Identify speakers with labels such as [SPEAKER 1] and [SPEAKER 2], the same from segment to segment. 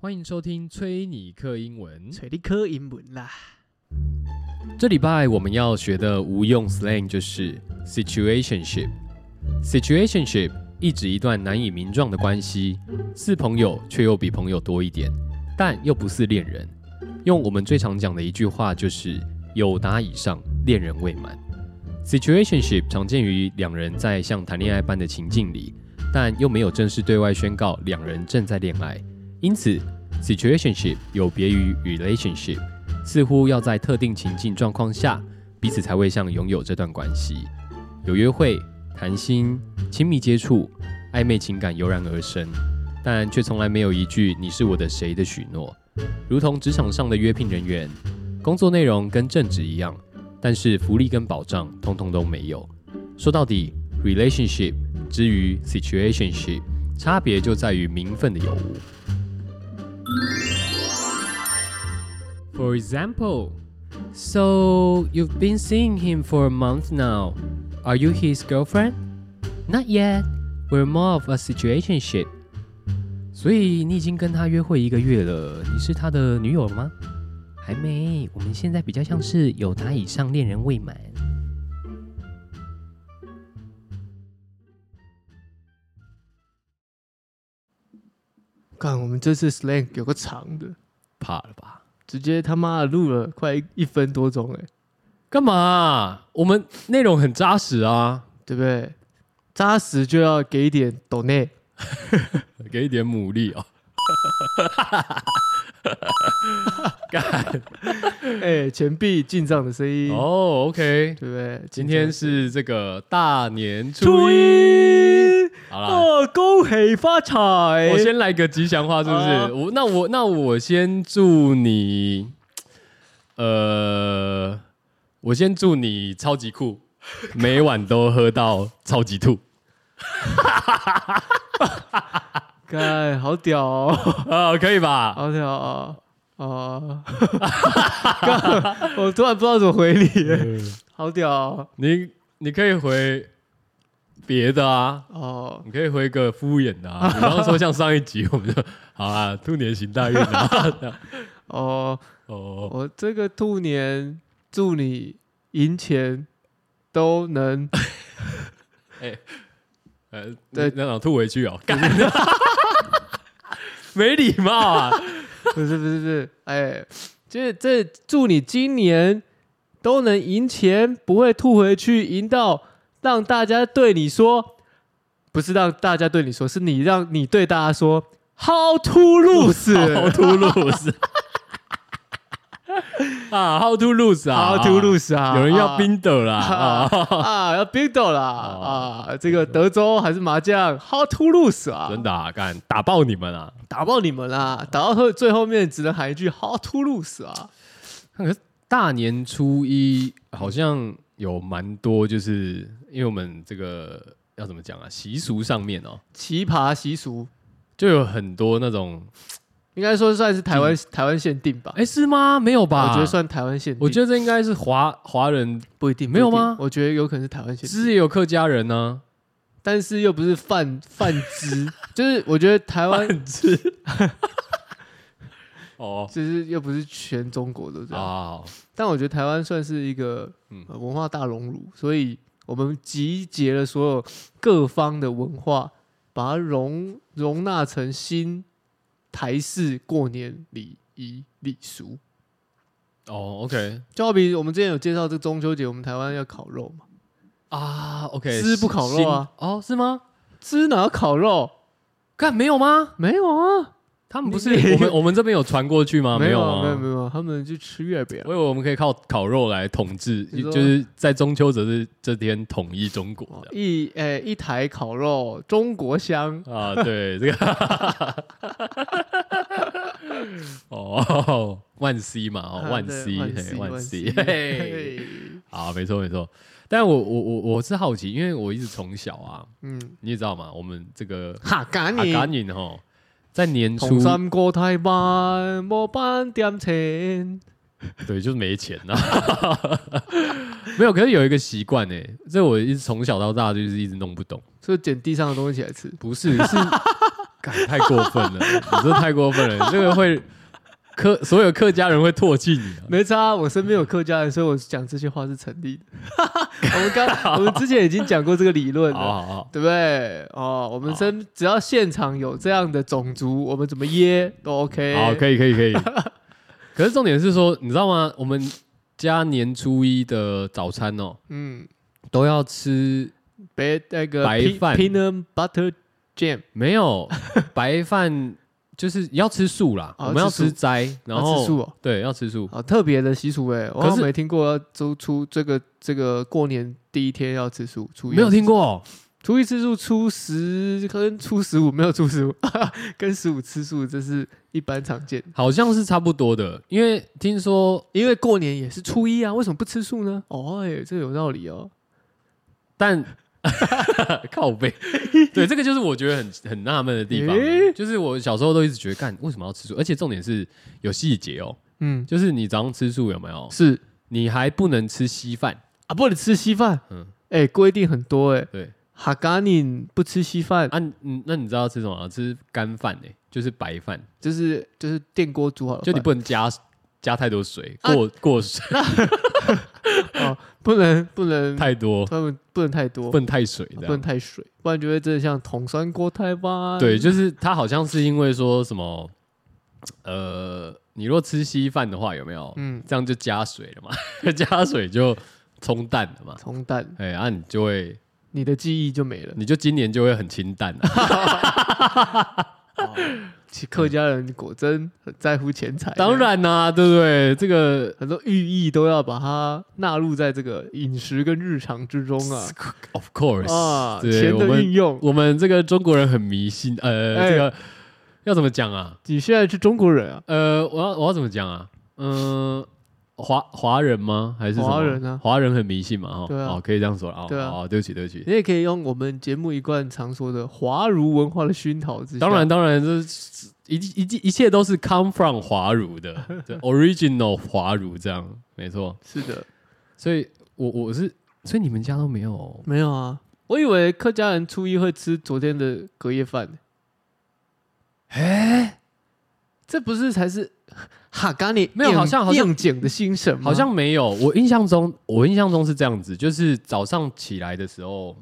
[SPEAKER 1] 欢迎收听崔尼克英文。
[SPEAKER 2] 找你考英文啦。
[SPEAKER 1] 这礼拜我们要学的无用 slang 就是 situationship。situationship 一指一段难以名状的关系，似朋友却又比朋友多一点，但又不是恋人。用我们最常讲的一句话就是“友达以上，恋人未满”。situationship 常见于两人在像谈恋爱般的情境里，但又没有正式对外宣告两人正在恋爱，因此 situationship 有别于 relationship。似乎要在特定情境状况下，彼此才会像拥有这段关系。有约会、谈心、亲密接触、暧昧情感油然而生，但却从来没有一句“你是我的谁”的许诺。如同职场上的约聘人员，工作内容跟正职一样，但是福利跟保障通通都没有。说到底，relationship 之于 situationship，差别就在于名分的有无。For example, so you've been seeing him for a month now. Are you his girlfriend? Not yet. We're more of a situationship. 所以你已经跟他约会一个月了，你是他的女友吗？还没，我们现在比较像是有他以上恋人未满。
[SPEAKER 2] 看我们这次 slang 有个长的，
[SPEAKER 1] 怕了吧？
[SPEAKER 2] 直接他妈的录了快一分多钟哎、
[SPEAKER 1] 干嘛、我们内容很扎实啊，
[SPEAKER 2] 对不对？扎实就要给一点抖 内，
[SPEAKER 1] 给一点牡蛎哦。
[SPEAKER 2] 哎，钱币进账的声音，
[SPEAKER 1] 哦、o k
[SPEAKER 2] 对不对？
[SPEAKER 1] 今天是这个大年初
[SPEAKER 2] 初
[SPEAKER 1] 一，
[SPEAKER 2] 一，
[SPEAKER 1] 好啦，
[SPEAKER 2] 哦，恭喜发财！
[SPEAKER 1] 我先来个吉祥话，是不是？
[SPEAKER 2] 哎啊
[SPEAKER 1] 我那我那我先祝你，呃，我先祝你超级酷，每晚都喝到超级 吐
[SPEAKER 2] 干，好 屌、哦，
[SPEAKER 1] 啊、可以吧？
[SPEAKER 2] 好屌哦！哦， 干我突然不知道怎么回你耶，
[SPEAKER 1] 嗯
[SPEAKER 2] 好屌哦！
[SPEAKER 1] 你你可以回别的啊，
[SPEAKER 2] 哦
[SPEAKER 1] 你可以回个敷衍的啊。你刚刚说像上一集，我们就 好啊，兔年行大运啊。
[SPEAKER 2] 哦
[SPEAKER 1] 哦，
[SPEAKER 2] 我这个兔年祝你赢钱都能，
[SPEAKER 1] 呃，对
[SPEAKER 2] 对，
[SPEAKER 1] 那老吐回去哦，干， 没礼貌啊。
[SPEAKER 2] 不是不是不是，哎，这这祝你今年都能赢钱，不会吐回去，赢到让大家对你说，不是让大家对你说，是你让你对大家说，How to lose，How
[SPEAKER 1] 好 to lose 啊，How to lose 啊
[SPEAKER 2] to lose 啊，
[SPEAKER 1] 有人要
[SPEAKER 2] 啊
[SPEAKER 1] 冰斗啦
[SPEAKER 2] 啊
[SPEAKER 1] 啊，
[SPEAKER 2] 啊，要冰斗啦
[SPEAKER 1] 哦
[SPEAKER 2] 啊，这个德州还是麻将，How to lose 啊，
[SPEAKER 1] 真的啊干打爆你们啊！
[SPEAKER 2] 打爆你们啦！打到后最后面只能喊一句 “How to lose” 啊！
[SPEAKER 1] 大年初一好像有蛮多，就是因为我们这个要怎么讲啊，习俗上面哦，
[SPEAKER 2] 奇葩习俗，
[SPEAKER 1] 就有很多那种，
[SPEAKER 2] 应该说算是台湾、台湾限定吧？
[SPEAKER 1] 嗯哎，是吗？没有吧？
[SPEAKER 2] 我觉得，算台湾限定，
[SPEAKER 1] 我觉得这应该是华华人，
[SPEAKER 2] 不一定，
[SPEAKER 1] 没有吗
[SPEAKER 2] 不一定我觉得有可能是台湾限定，
[SPEAKER 1] 是也有客家人 呢，
[SPEAKER 2] 但是又不是泛泛之，就是我觉得台湾
[SPEAKER 1] 吃 哦
[SPEAKER 2] 就是又不是全中国都这样，
[SPEAKER 1] 啊，
[SPEAKER 2] 但我觉得台湾算是一个、
[SPEAKER 1] 嗯
[SPEAKER 2] 呃文化大熔炉，所以我们集结了所有各方的文化，把它容容纳成新台式过年礼仪礼俗。
[SPEAKER 1] 哦，OK，
[SPEAKER 2] 就好比我们之前有介绍，这中秋节我们台湾要烤肉嘛，
[SPEAKER 1] 啊，OK，
[SPEAKER 2] 吃不烤肉啊？
[SPEAKER 1] 新哦，是吗？
[SPEAKER 2] 吃哪有烤肉？
[SPEAKER 1] 干没有吗？
[SPEAKER 2] 没有啊，
[SPEAKER 1] 他们不 是
[SPEAKER 2] 你你
[SPEAKER 1] 我们我们这边有传过去吗？
[SPEAKER 2] 没
[SPEAKER 1] 有
[SPEAKER 2] 啊，没有
[SPEAKER 1] 吗
[SPEAKER 2] 没？有，他们去吃月饼啊
[SPEAKER 1] 我。以为我们可以靠烤肉来统治，
[SPEAKER 2] 你说
[SPEAKER 1] 就是在中秋节这这天统一中国
[SPEAKER 2] 哦
[SPEAKER 1] 的
[SPEAKER 2] 一诶、一台烤肉，中国香，
[SPEAKER 1] 啊。对，这个 哦，万 C 嘛，哦
[SPEAKER 2] 啊，
[SPEAKER 1] 万
[SPEAKER 2] 对
[SPEAKER 1] C，
[SPEAKER 2] 万
[SPEAKER 1] 嘿
[SPEAKER 2] C，
[SPEAKER 1] 万
[SPEAKER 2] 万
[SPEAKER 1] C，
[SPEAKER 2] C，
[SPEAKER 1] 嘿，好，没错没错。但我我我我是好奇，因为我一直从小啊，
[SPEAKER 2] 嗯，
[SPEAKER 1] 你也知道嘛，我们这个
[SPEAKER 2] 哈嘎
[SPEAKER 1] 阿
[SPEAKER 2] 你，
[SPEAKER 1] 甘宁吼，在年初
[SPEAKER 2] 同三过太慢，无半点钱。
[SPEAKER 1] 对，就是没钱呐、 没有，可是有一个习惯哎，这我一直从小到大就是一直弄不懂。
[SPEAKER 2] 就捡地上的东西起来吃，
[SPEAKER 1] 不是，是干太过分了，你这太过分了，这个会客所有客家人会唾弃你、啊。
[SPEAKER 2] 没差啊，我身边有客家人，所以我讲这些话是成立的。 我们刚我们之前已经讲过这个理论
[SPEAKER 1] 好
[SPEAKER 2] 了，
[SPEAKER 1] 好好，
[SPEAKER 2] 对不对？哦，我们身只要现场有这样的种族，我们怎么噎都 OK。
[SPEAKER 1] 好，可以，可以， 可以。可是重点是说，你知道吗？我们家年初一的早餐哦，
[SPEAKER 2] 嗯，
[SPEAKER 1] 都要吃
[SPEAKER 2] 别那个
[SPEAKER 1] 白
[SPEAKER 2] pe-
[SPEAKER 1] 饭哦
[SPEAKER 2] peanut butter jam
[SPEAKER 1] 没有白饭，就是要吃素啦。
[SPEAKER 2] 哦
[SPEAKER 1] 我们要
[SPEAKER 2] 吃素
[SPEAKER 1] 吃斋，然
[SPEAKER 2] 啊
[SPEAKER 1] 后
[SPEAKER 2] 吃素哦，
[SPEAKER 1] 对要吃素。
[SPEAKER 2] 好特别的习俗哎、我好
[SPEAKER 1] 可
[SPEAKER 2] 像
[SPEAKER 1] 是
[SPEAKER 2] 没听过要周出这个这个过年第一天要吃素，初一
[SPEAKER 1] 没有听
[SPEAKER 2] 过
[SPEAKER 1] 过哦，
[SPEAKER 2] 初一吃素，初十跟初十五没有初十五， 跟十五吃素这是一般常见，
[SPEAKER 1] 好像是差不多的，因为听说
[SPEAKER 2] 因为过年也是初一啊，为什么不吃素呢？哦哎、这有道理哦，
[SPEAKER 1] 但 靠 背，对，这个就是我觉得很很纳闷的地方
[SPEAKER 2] 诶，
[SPEAKER 1] 就是我小时候都一直觉得，干为什么要吃素？而且重点是有细节哦，
[SPEAKER 2] 嗯，
[SPEAKER 1] 就是你早上吃素有没有？
[SPEAKER 2] 是
[SPEAKER 1] 你还不能吃稀饭，
[SPEAKER 2] 啊，不能吃稀饭，
[SPEAKER 1] 嗯
[SPEAKER 2] 嗯，哎、规定很多哎、
[SPEAKER 1] 对
[SPEAKER 2] 哈嘎宁不吃稀饭，
[SPEAKER 1] 啊，嗯，那你知道吃什么吗？吃干饭诶，就是白饭，
[SPEAKER 2] 就是就是电锅煮好了，
[SPEAKER 1] 就你不能加加太多水，
[SPEAKER 2] 啊
[SPEAKER 1] 过过水
[SPEAKER 2] 哦，不能不能，
[SPEAKER 1] 太多，
[SPEAKER 2] 他们不能太多，
[SPEAKER 1] 不能太水
[SPEAKER 2] 啊
[SPEAKER 1] 这
[SPEAKER 2] 不能
[SPEAKER 1] 样。
[SPEAKER 2] 太水，不然就会真的像桶酸锅太吧。
[SPEAKER 1] 对，就是他好像是因为说什么，呃，你若吃稀饭的话，有没有？
[SPEAKER 2] 嗯，
[SPEAKER 1] 这样就加水了嘛， 加水就冲淡了嘛。
[SPEAKER 2] 冲淡，
[SPEAKER 1] 哎，啊，你就会，
[SPEAKER 2] 你的记忆就没了。
[SPEAKER 1] 你就今年就会很清淡啊了、
[SPEAKER 2] 其实
[SPEAKER 1] 嗯
[SPEAKER 2] 客家人果真很在乎钱财，
[SPEAKER 1] 当然啦、对不对？这 个
[SPEAKER 2] 很多寓意都要把它纳入在这个饮食跟日常之中啊
[SPEAKER 1] of course，、
[SPEAKER 2] 啊，
[SPEAKER 1] 对，
[SPEAKER 2] 钱
[SPEAKER 1] 我
[SPEAKER 2] 的运
[SPEAKER 1] 们
[SPEAKER 2] 用。
[SPEAKER 1] 我们这个中国人很迷信，呃，
[SPEAKER 2] 哎
[SPEAKER 1] 这个要怎么讲啊？
[SPEAKER 2] 你现在是中国人啊，
[SPEAKER 1] 呃，我要我要怎么讲啊？嗯、华华人吗？还是什么
[SPEAKER 2] 华人啊
[SPEAKER 1] 华人很迷信嘛，哦，
[SPEAKER 2] 对啊
[SPEAKER 1] 哦，可以这样说了哦，
[SPEAKER 2] 对啊
[SPEAKER 1] 哦，对不起，对不起。
[SPEAKER 2] 你也可以用我们节目一贯常说的华儒文化的熏陶之下，
[SPEAKER 1] 当然，当然，这是一一一切都是 come from 华儒的这，original 华儒这样，没错。
[SPEAKER 2] 是的，
[SPEAKER 1] 所以我我是，所以你们家都没有
[SPEAKER 2] 没有啊。我以为客家人初一会吃昨天的隔夜饭，哎，这不是才是哈嘎你
[SPEAKER 1] 没有好像好像
[SPEAKER 2] 应景的精神吗？
[SPEAKER 1] 好像没有。我印象中，我印象中是这样子，就是早上起来的时候，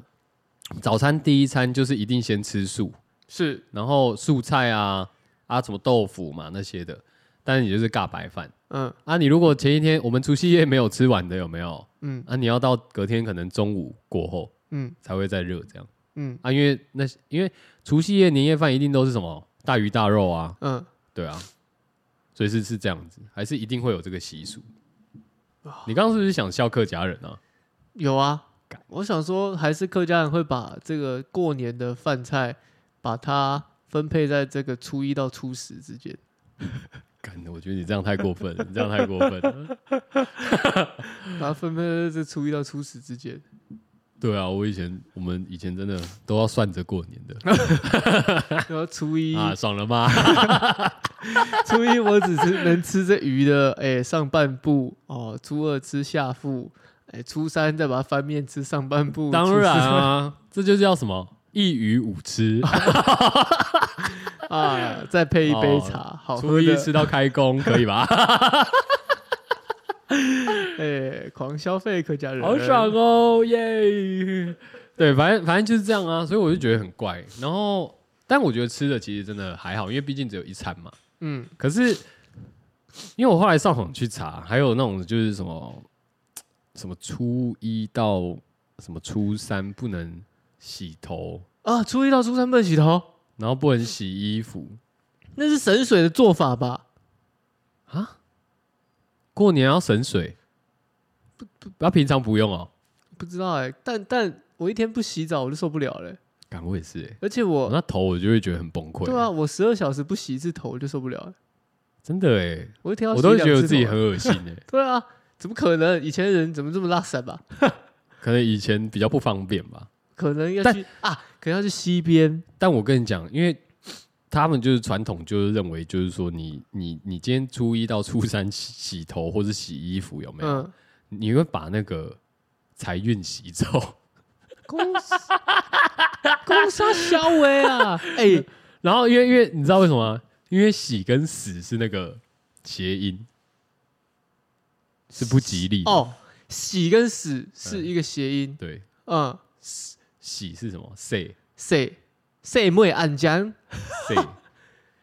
[SPEAKER 1] 早餐第一餐就是一定先吃素，
[SPEAKER 2] 是
[SPEAKER 1] 然后素菜啊啊什么豆腐嘛那些的，但是也就是尬白饭
[SPEAKER 2] 嗯
[SPEAKER 1] 啊。你如果前一天我们除夕夜没有吃完的，有没有
[SPEAKER 2] 嗯
[SPEAKER 1] 啊？你要到隔天可能中午过后
[SPEAKER 2] 嗯
[SPEAKER 1] 才会再热这样
[SPEAKER 2] 嗯
[SPEAKER 1] 啊，因为那因为除夕夜年夜饭一定都是什么大鱼大肉啊，
[SPEAKER 2] 嗯，
[SPEAKER 1] 对啊，所以是是这样子，还是一定会有这个习俗。你刚刚是不是想笑客家人啊？
[SPEAKER 2] 有啊
[SPEAKER 1] 干。
[SPEAKER 2] 我想说，还是客家人会把这个过年的饭菜，把它分配在这个初一到初十 之间。
[SPEAKER 1] 干，我觉得你这样太过分了，你这 样太过分了。
[SPEAKER 2] 把它分配在这初一到初十 之间。
[SPEAKER 1] 对啊，我以前我们以前真的都要算着过年的
[SPEAKER 2] 然后初一，
[SPEAKER 1] 啊，爽了吗？
[SPEAKER 2] 初一我只吃能吃这鱼的，哎、上半部哦。初二吃下腹，哎、初三再把它翻面吃上半 部。
[SPEAKER 1] 当然
[SPEAKER 2] 初
[SPEAKER 1] 啊，这就叫什么一鱼五吃，
[SPEAKER 2] 四啊，再 配一杯
[SPEAKER 1] 哦
[SPEAKER 2] 茶，好
[SPEAKER 1] 初
[SPEAKER 2] 喝
[SPEAKER 1] 一
[SPEAKER 2] 的。
[SPEAKER 1] 吃到开工，可以吧？
[SPEAKER 2] 哎、狂消费客家人，
[SPEAKER 1] 好爽哦，耶！对，反正反正就是这样啊，所以我就觉得很怪。然后，但我觉得吃的其实真的还好，因为毕竟只有一餐嘛。
[SPEAKER 2] 嗯
[SPEAKER 1] 可是，因为我后来上网去查，还有那种就是什么什么初一到什么初三不能洗头，
[SPEAKER 2] 啊，初一到初三不能洗头，
[SPEAKER 1] 然后不能洗衣服
[SPEAKER 2] 那是神水的做法吧？
[SPEAKER 1] 啊。过年要省水，不不，啊，平常不用哦。
[SPEAKER 2] 不知道哎、但但我一天不洗澡我就受不了了欸、
[SPEAKER 1] 感我也是、欸，
[SPEAKER 2] 而且
[SPEAKER 1] 我
[SPEAKER 2] 我，
[SPEAKER 1] 那头我就会觉得很崩溃。
[SPEAKER 2] 对啊，，我十二小时不洗一次头我就受不了了、
[SPEAKER 1] 真的哎、
[SPEAKER 2] 我一天要
[SPEAKER 1] 我
[SPEAKER 2] 洗
[SPEAKER 1] 都会
[SPEAKER 2] 两
[SPEAKER 1] 觉得
[SPEAKER 2] 次
[SPEAKER 1] 自己
[SPEAKER 2] 头啊
[SPEAKER 1] 很恶心哎、
[SPEAKER 2] 对啊，怎么可能？以前人怎么这么拉散吧？
[SPEAKER 1] 可能以前比较不方便吧。
[SPEAKER 2] 可能要
[SPEAKER 1] 但
[SPEAKER 2] 去啊，可能要去西边。
[SPEAKER 1] 但我跟你讲，因为他们就是传统，就是认为就是说你你你今天初一到初三洗洗头或者洗衣服有没有？
[SPEAKER 2] 嗯，
[SPEAKER 1] 你会把那个财运洗走。
[SPEAKER 2] 公公沙小伟啊，哎、
[SPEAKER 1] 然后因为因为你知道为什么吗？因为喜跟死是那个谐音，是不吉利。
[SPEAKER 2] 哦，喜跟死是一个谐音，
[SPEAKER 1] 对，
[SPEAKER 2] 嗯，
[SPEAKER 1] 喜是什么？say
[SPEAKER 2] 谁谁妹按将
[SPEAKER 1] say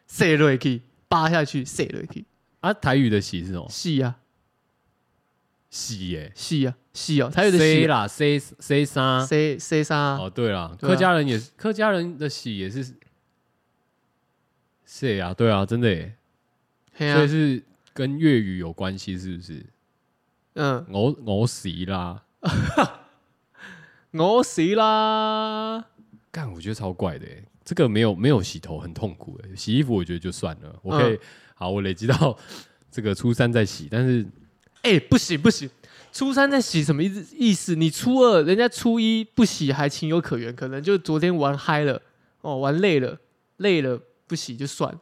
[SPEAKER 2] 谁落去扒下去，谁落去，
[SPEAKER 1] 啊，台语的喜是什么？
[SPEAKER 2] 喜啊
[SPEAKER 1] 喜耶、
[SPEAKER 2] 喜啊喜哦，台
[SPEAKER 1] 欸，
[SPEAKER 2] 语的
[SPEAKER 1] say
[SPEAKER 2] 喜
[SPEAKER 1] 啦，say say 三。
[SPEAKER 2] 谁谁啥
[SPEAKER 1] 哦，对啦，
[SPEAKER 2] 对啊
[SPEAKER 1] 客家人也是，客家人的喜也是 say 啊，对啊，真的耶，
[SPEAKER 2] 嘿
[SPEAKER 1] 所以
[SPEAKER 2] 啊，
[SPEAKER 1] 是跟粤语有关系，是不是？
[SPEAKER 2] 嗯，
[SPEAKER 1] 我我喜啦，
[SPEAKER 2] 我谁啦？
[SPEAKER 1] 干，我觉得超怪的耶，这个没有没有洗头很痛苦耶，洗衣服我觉得就算了，我
[SPEAKER 2] 嗯
[SPEAKER 1] 可以、好，我累积到 这个初三再洗，但是
[SPEAKER 2] 哎，不行不行，初三在洗什么意思？意思你初二人家初一不洗还情有可原，可能就昨天玩嗨了，哦，玩累了，累了不洗就算。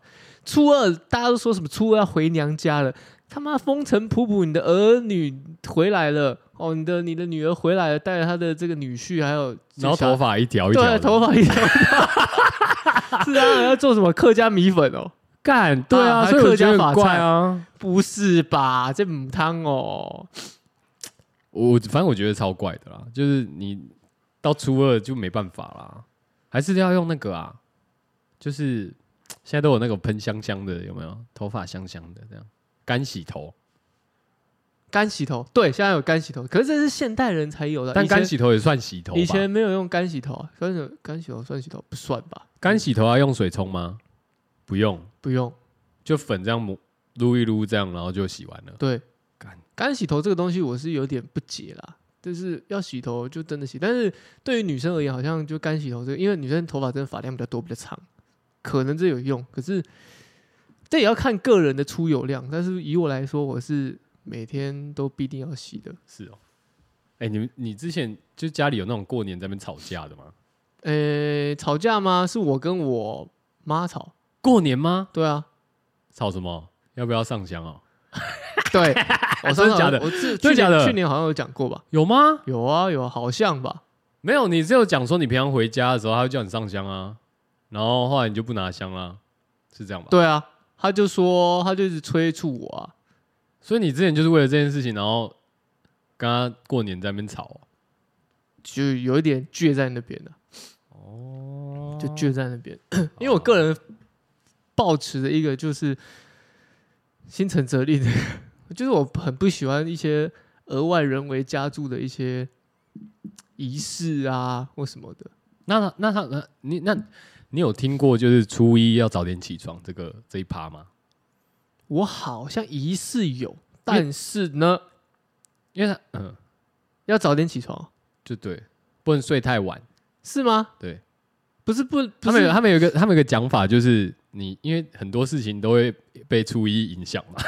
[SPEAKER 2] 初二大家都说什么初二要回娘家了，他妈风尘仆仆，你的儿女回来了，哦，你的你的女儿回来了，带着她的这个女婿还有
[SPEAKER 1] 然后头
[SPEAKER 2] 发
[SPEAKER 1] 发一条一条
[SPEAKER 2] 对，啊
[SPEAKER 1] 的，
[SPEAKER 2] 头发一条， 是啊，要做什么客家米粉哦？
[SPEAKER 1] 干，对啊，
[SPEAKER 2] 啊
[SPEAKER 1] 所以我觉得
[SPEAKER 2] 客家法
[SPEAKER 1] 很
[SPEAKER 2] 菜
[SPEAKER 1] 怪啊，
[SPEAKER 2] 不是吧？这母汤哦，
[SPEAKER 1] 我反正我觉得超怪的啦，就是你到初二就没办法啦，还是要用那个啊，就是现在都有那个喷香香的，有没有？头发香香的这样干洗头，
[SPEAKER 2] 干洗头，对，现在有干洗头，可是这是现代人才有的。
[SPEAKER 1] 但
[SPEAKER 2] 呃以前
[SPEAKER 1] 干洗头也算洗头吧？
[SPEAKER 2] 以前没有用干洗头啊，干洗干洗头算洗头不算吧？
[SPEAKER 1] 干洗头要用水冲吗？不用，
[SPEAKER 2] 不用，
[SPEAKER 1] 就粉这样抹撸一撸这样，然后就洗完了。
[SPEAKER 2] 对，
[SPEAKER 1] 干
[SPEAKER 2] 干洗头这个东西我是有点不解啦，就是要洗头就真的洗，但是对于女生而言，好像就干洗头这个，因为女生头发真的发量比较多，比较长，可能这有用，可是这也要看个人的出油量，但是以我来说，我是每天都必定要洗的。
[SPEAKER 1] 是哦。哎、你们你之前就家里有那种过年在那边吵架的吗？
[SPEAKER 2] 呃、吵架吗？是我跟我妈吵，
[SPEAKER 1] 过年吗？
[SPEAKER 2] 对啊。
[SPEAKER 1] 吵什么？要不要上香哦？
[SPEAKER 2] 对，我上
[SPEAKER 1] 真的假
[SPEAKER 2] 次
[SPEAKER 1] 的
[SPEAKER 2] 我是
[SPEAKER 1] 真的假的
[SPEAKER 2] 去年好像有讲过吧？
[SPEAKER 1] 有吗？
[SPEAKER 2] 有啊，有啊，好像吧？
[SPEAKER 1] 没有，你只有讲说你平常回家的时候，他会叫你上香啊，然后后来你就不拿香啦，是这样吧？
[SPEAKER 2] 对啊，他就说他就一直催促我啊，
[SPEAKER 1] 所以你之前就是为了这件事情，然后跟他过年在那边吵哦、
[SPEAKER 2] 就有一点倔在那边的、哦，就倔在那边。因为我
[SPEAKER 1] 哦
[SPEAKER 2] 个人抱持的一个就是心诚则灵， 就是我很不喜欢一些额外人为加注的一些仪式啊或什么的。
[SPEAKER 1] 那他那他那你那你有听过就是初一要早点起床这个这一趴吗？
[SPEAKER 2] 我好像仪式有，但是呢，
[SPEAKER 1] 因为他嗯，
[SPEAKER 2] 要早点起床，
[SPEAKER 1] 就对，不能睡太晚。
[SPEAKER 2] 是吗？
[SPEAKER 1] 对，
[SPEAKER 2] 不是不，
[SPEAKER 1] 他
[SPEAKER 2] 不
[SPEAKER 1] 们有
[SPEAKER 2] 是
[SPEAKER 1] 他们有一个他们有一个讲法，就是你因为很多事情都会被初一影响嘛。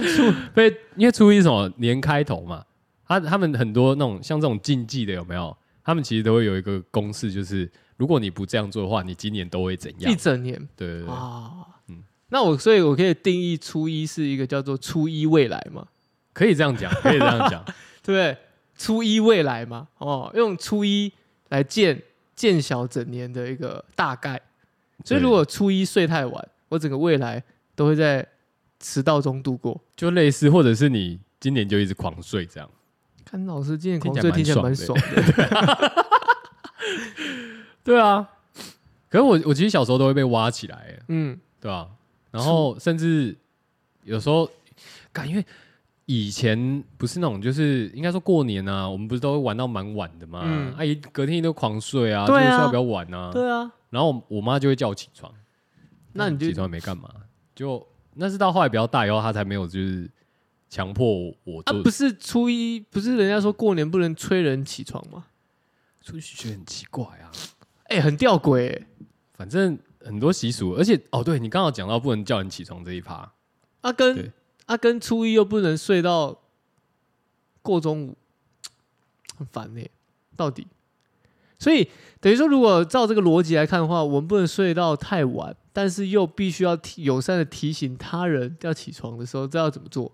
[SPEAKER 2] 出
[SPEAKER 1] 被因为初一是什么年开头嘛，他他们很多那种像这种竞技的有没有？他们其实都会有一个公式，就是如果你不这样做的话，你今年都会怎样
[SPEAKER 2] 一？整年
[SPEAKER 1] 对对对，
[SPEAKER 2] 啊
[SPEAKER 1] 嗯。
[SPEAKER 2] 那我所以我可以定义初一是一个叫做初一未来嘛，
[SPEAKER 1] 可以这样讲，可以这样讲。
[SPEAKER 2] 对不对？初一未来嘛，哦，用初一来见见晓整年的一个大概。所以
[SPEAKER 1] 对
[SPEAKER 2] 如果初一睡太晚，我整个未来都会在迟到中度过。
[SPEAKER 1] 就类似，或者是你今年就一直狂睡这样，
[SPEAKER 2] 看老师今天
[SPEAKER 1] 听
[SPEAKER 2] 狂
[SPEAKER 1] 起来
[SPEAKER 2] 睡
[SPEAKER 1] 蛮
[SPEAKER 2] 听起来
[SPEAKER 1] 爽
[SPEAKER 2] 蛮
[SPEAKER 1] 的
[SPEAKER 2] 爽的，
[SPEAKER 1] 对啊。可是我我其实小时候都会被挖起来，哎
[SPEAKER 2] 嗯，
[SPEAKER 1] 对啊，然后甚至有时候，感因为以前不是那种，就是应该说过年啊，我们不是都会玩到蛮晚的嘛，
[SPEAKER 2] 嗯
[SPEAKER 1] 阿姨隔天都狂睡啊，
[SPEAKER 2] 对啊
[SPEAKER 1] 就是睡到比较晚啊，
[SPEAKER 2] 对啊，
[SPEAKER 1] 然后我妈就会叫我起床，
[SPEAKER 2] 那你就
[SPEAKER 1] 起床也没干嘛，就那是到后来比较大以后，她才没有就是强迫我我
[SPEAKER 2] 啊
[SPEAKER 1] 做，，
[SPEAKER 2] 不是初一，不是人家说过年不能催人起床吗？
[SPEAKER 1] 出去觉得很奇怪啊，
[SPEAKER 2] 哎、很吊诡、欸、
[SPEAKER 1] 反正很多习俗，而且哦，对你刚好讲到不能叫人起床这一 趴，
[SPEAKER 2] 啊
[SPEAKER 1] 对
[SPEAKER 2] 跟啊跟初一又不能睡到过中午，很烦呢、到底。所以等于说，如果照这个逻辑来看的话，我们不能睡到太晚，但是又必须要提友善的提醒他人要起床的时候，这要怎么做？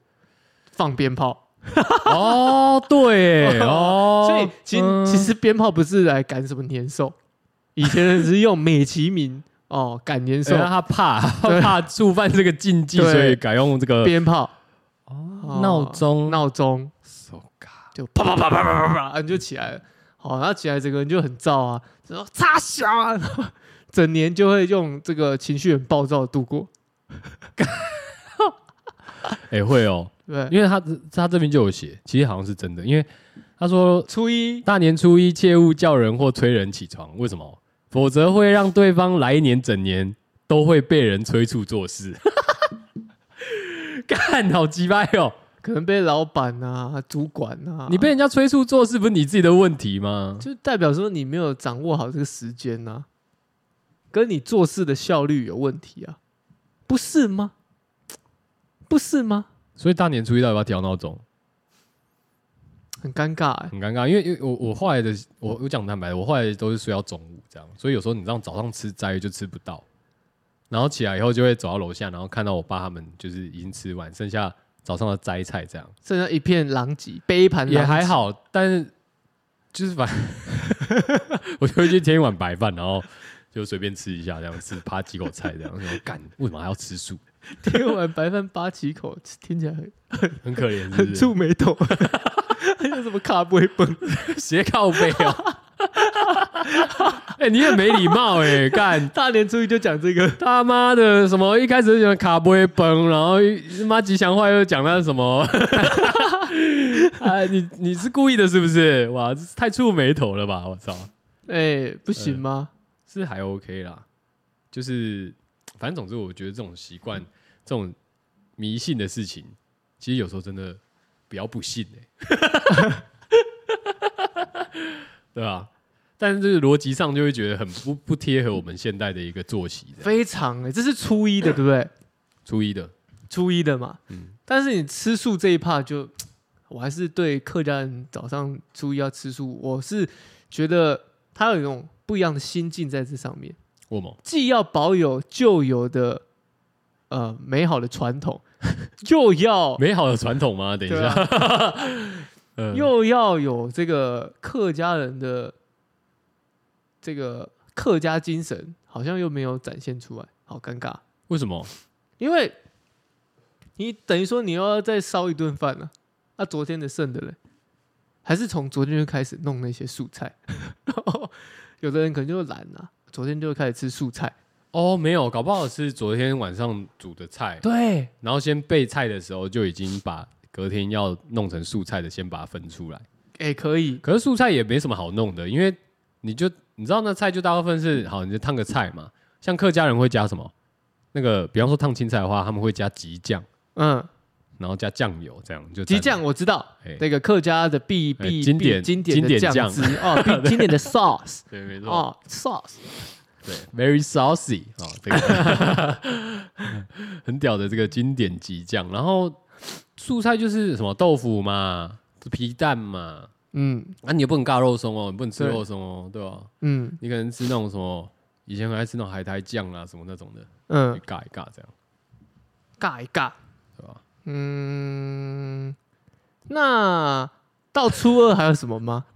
[SPEAKER 2] 放鞭炮。
[SPEAKER 1] 哦，对耶，哦，
[SPEAKER 2] 所以其、
[SPEAKER 1] 嗯
[SPEAKER 2] 其实鞭炮不是来赶什么年兽，以前人是用美其名哦，感年兽
[SPEAKER 1] 所以哎他怕他
[SPEAKER 2] 对
[SPEAKER 1] 怕触犯这个禁忌，
[SPEAKER 2] 对
[SPEAKER 1] 所以改用这个
[SPEAKER 2] 鞭炮、
[SPEAKER 1] 哦
[SPEAKER 2] 哦
[SPEAKER 1] 闹钟。
[SPEAKER 2] 闹钟，
[SPEAKER 1] So God
[SPEAKER 2] 就啪啪啪啪啪啪啪，啊你就起来了。好，然后起来整个人就很燥啊，就说擦小啊， 然后整年就会用这个情绪很暴躁地度过，
[SPEAKER 1] 哎会哦，
[SPEAKER 2] 对不对。
[SPEAKER 1] 因为他他这边就有写，其实好像是真的，因为他说
[SPEAKER 2] 初一
[SPEAKER 1] 大年初一切勿叫人或催人起床，为什么？否则会让对方来一年整年都会被人催促做事。 干好鸡掰哦！
[SPEAKER 2] 可能被老板啊、主管啊，
[SPEAKER 1] 你被人家催促做事，不是你自己的问题吗？
[SPEAKER 2] 就代表说你没有掌握好这个时间呐、跟你做事的效率有问题啊，不是吗？不是吗？
[SPEAKER 1] 所以大年初一到底要不要调闹钟？
[SPEAKER 2] 很尴尬 哎、
[SPEAKER 1] 很尴尬，因为因为我我后来的我我讲坦白的，我后来都是睡到中午这样，所以有时候你这样早上吃斋就吃不到，然后起来以后就会走到楼下，然后看到我爸他们就是已经吃完，剩下早上的斋菜这样
[SPEAKER 2] 剩下一片狼藉，杯一盘
[SPEAKER 1] 也还
[SPEAKER 2] 好。
[SPEAKER 1] 好，但是就是反我就会去添一碗白饭，然后就随便吃一下这样，吃扒几口菜这样，然后干为什么还要吃素？
[SPEAKER 2] 天晚白饭八七口，听起来很
[SPEAKER 1] 很可怜，是
[SPEAKER 2] 很
[SPEAKER 1] 不 是？
[SPEAKER 2] 触眉头，还有什么卡不会崩？
[SPEAKER 1] 斜靠背哦。 哎、你很没礼貌哎、干
[SPEAKER 2] 大年初一就讲这个，
[SPEAKER 1] 他妈的什么一开始就讲卡不会崩，然后他妈吉祥话又讲到什么？啊，你你是故意的，是不是？哇，这太触眉头了吧！我操，
[SPEAKER 2] 哎、不行吗？
[SPEAKER 1] 是还 OK 啦，就是反正总之，我觉得这种习惯、这种迷信的事情，其实有时候真的不要不信哎、 对吧、啊但是这个逻辑上就会觉得很不不贴合我们现代的一个作息这样。
[SPEAKER 2] 非常哎、这是初一的，对不对？
[SPEAKER 1] 初一的，
[SPEAKER 2] 初一的嘛，
[SPEAKER 1] 嗯
[SPEAKER 2] 但是你吃素这一趴就，我还是对客家人早上初一要吃素，我是觉得他有一种不一样的心境在这上面，
[SPEAKER 1] 我某。
[SPEAKER 2] 既要保有旧有的呃美好的传统， 又要
[SPEAKER 1] 美好的传统吗？等一
[SPEAKER 2] 对
[SPEAKER 1] 下，
[SPEAKER 2] 啊，
[SPEAKER 1] 嗯
[SPEAKER 2] 又要有这个客家人的这个客家精神，好像又没有展现出来，好尴尬，
[SPEAKER 1] 为什么？
[SPEAKER 2] 因为你等于说你又要再烧一顿饭了，那、昨天的剩的嘞，还是从昨天就开始弄那些素菜， 有的人可能就懒了、昨天就开始吃素菜，
[SPEAKER 1] 哦，没有，搞不好是昨天晚上煮的菜，
[SPEAKER 2] 对，
[SPEAKER 1] 然后先备菜的时候就已经把隔天要弄成素菜的先把它分出来。
[SPEAKER 2] 哎、可以，
[SPEAKER 1] 可是素菜也没什么好弄的，因为你就你知道那菜就大部分是好，你就烫个菜嘛。像客家人会加什么？那个比方说烫青菜的话，他们会加吉酱，
[SPEAKER 2] 嗯，
[SPEAKER 1] 然后加酱油，这样就
[SPEAKER 2] 鸡
[SPEAKER 1] 蘸
[SPEAKER 2] 酱我知道
[SPEAKER 1] 哎，
[SPEAKER 2] 那个客家的必
[SPEAKER 1] 哎
[SPEAKER 2] 必
[SPEAKER 1] 经
[SPEAKER 2] 必
[SPEAKER 1] 典
[SPEAKER 2] 经典
[SPEAKER 1] 经典
[SPEAKER 2] 的
[SPEAKER 1] 酱
[SPEAKER 2] 酱汁哦，必经典的 sauce
[SPEAKER 1] 对，没错，
[SPEAKER 2] 哦，sauce，
[SPEAKER 1] 对，very saucy 哦，这个很屌的这个经典极酱。然后素菜就是什么豆腐嘛，皮蛋嘛，
[SPEAKER 2] 嗯
[SPEAKER 1] 啊，你也不能尬肉松哦，你不能吃
[SPEAKER 2] 对
[SPEAKER 1] 肉松哦，对吧？
[SPEAKER 2] 嗯
[SPEAKER 1] 你可能吃那种什么，以前很爱吃那种海苔酱啊，什么那种的，
[SPEAKER 2] 嗯
[SPEAKER 1] 一，尬一尬这样，
[SPEAKER 2] 尬一尬，
[SPEAKER 1] 对吧？
[SPEAKER 2] 嗯，那到初二还有什么吗？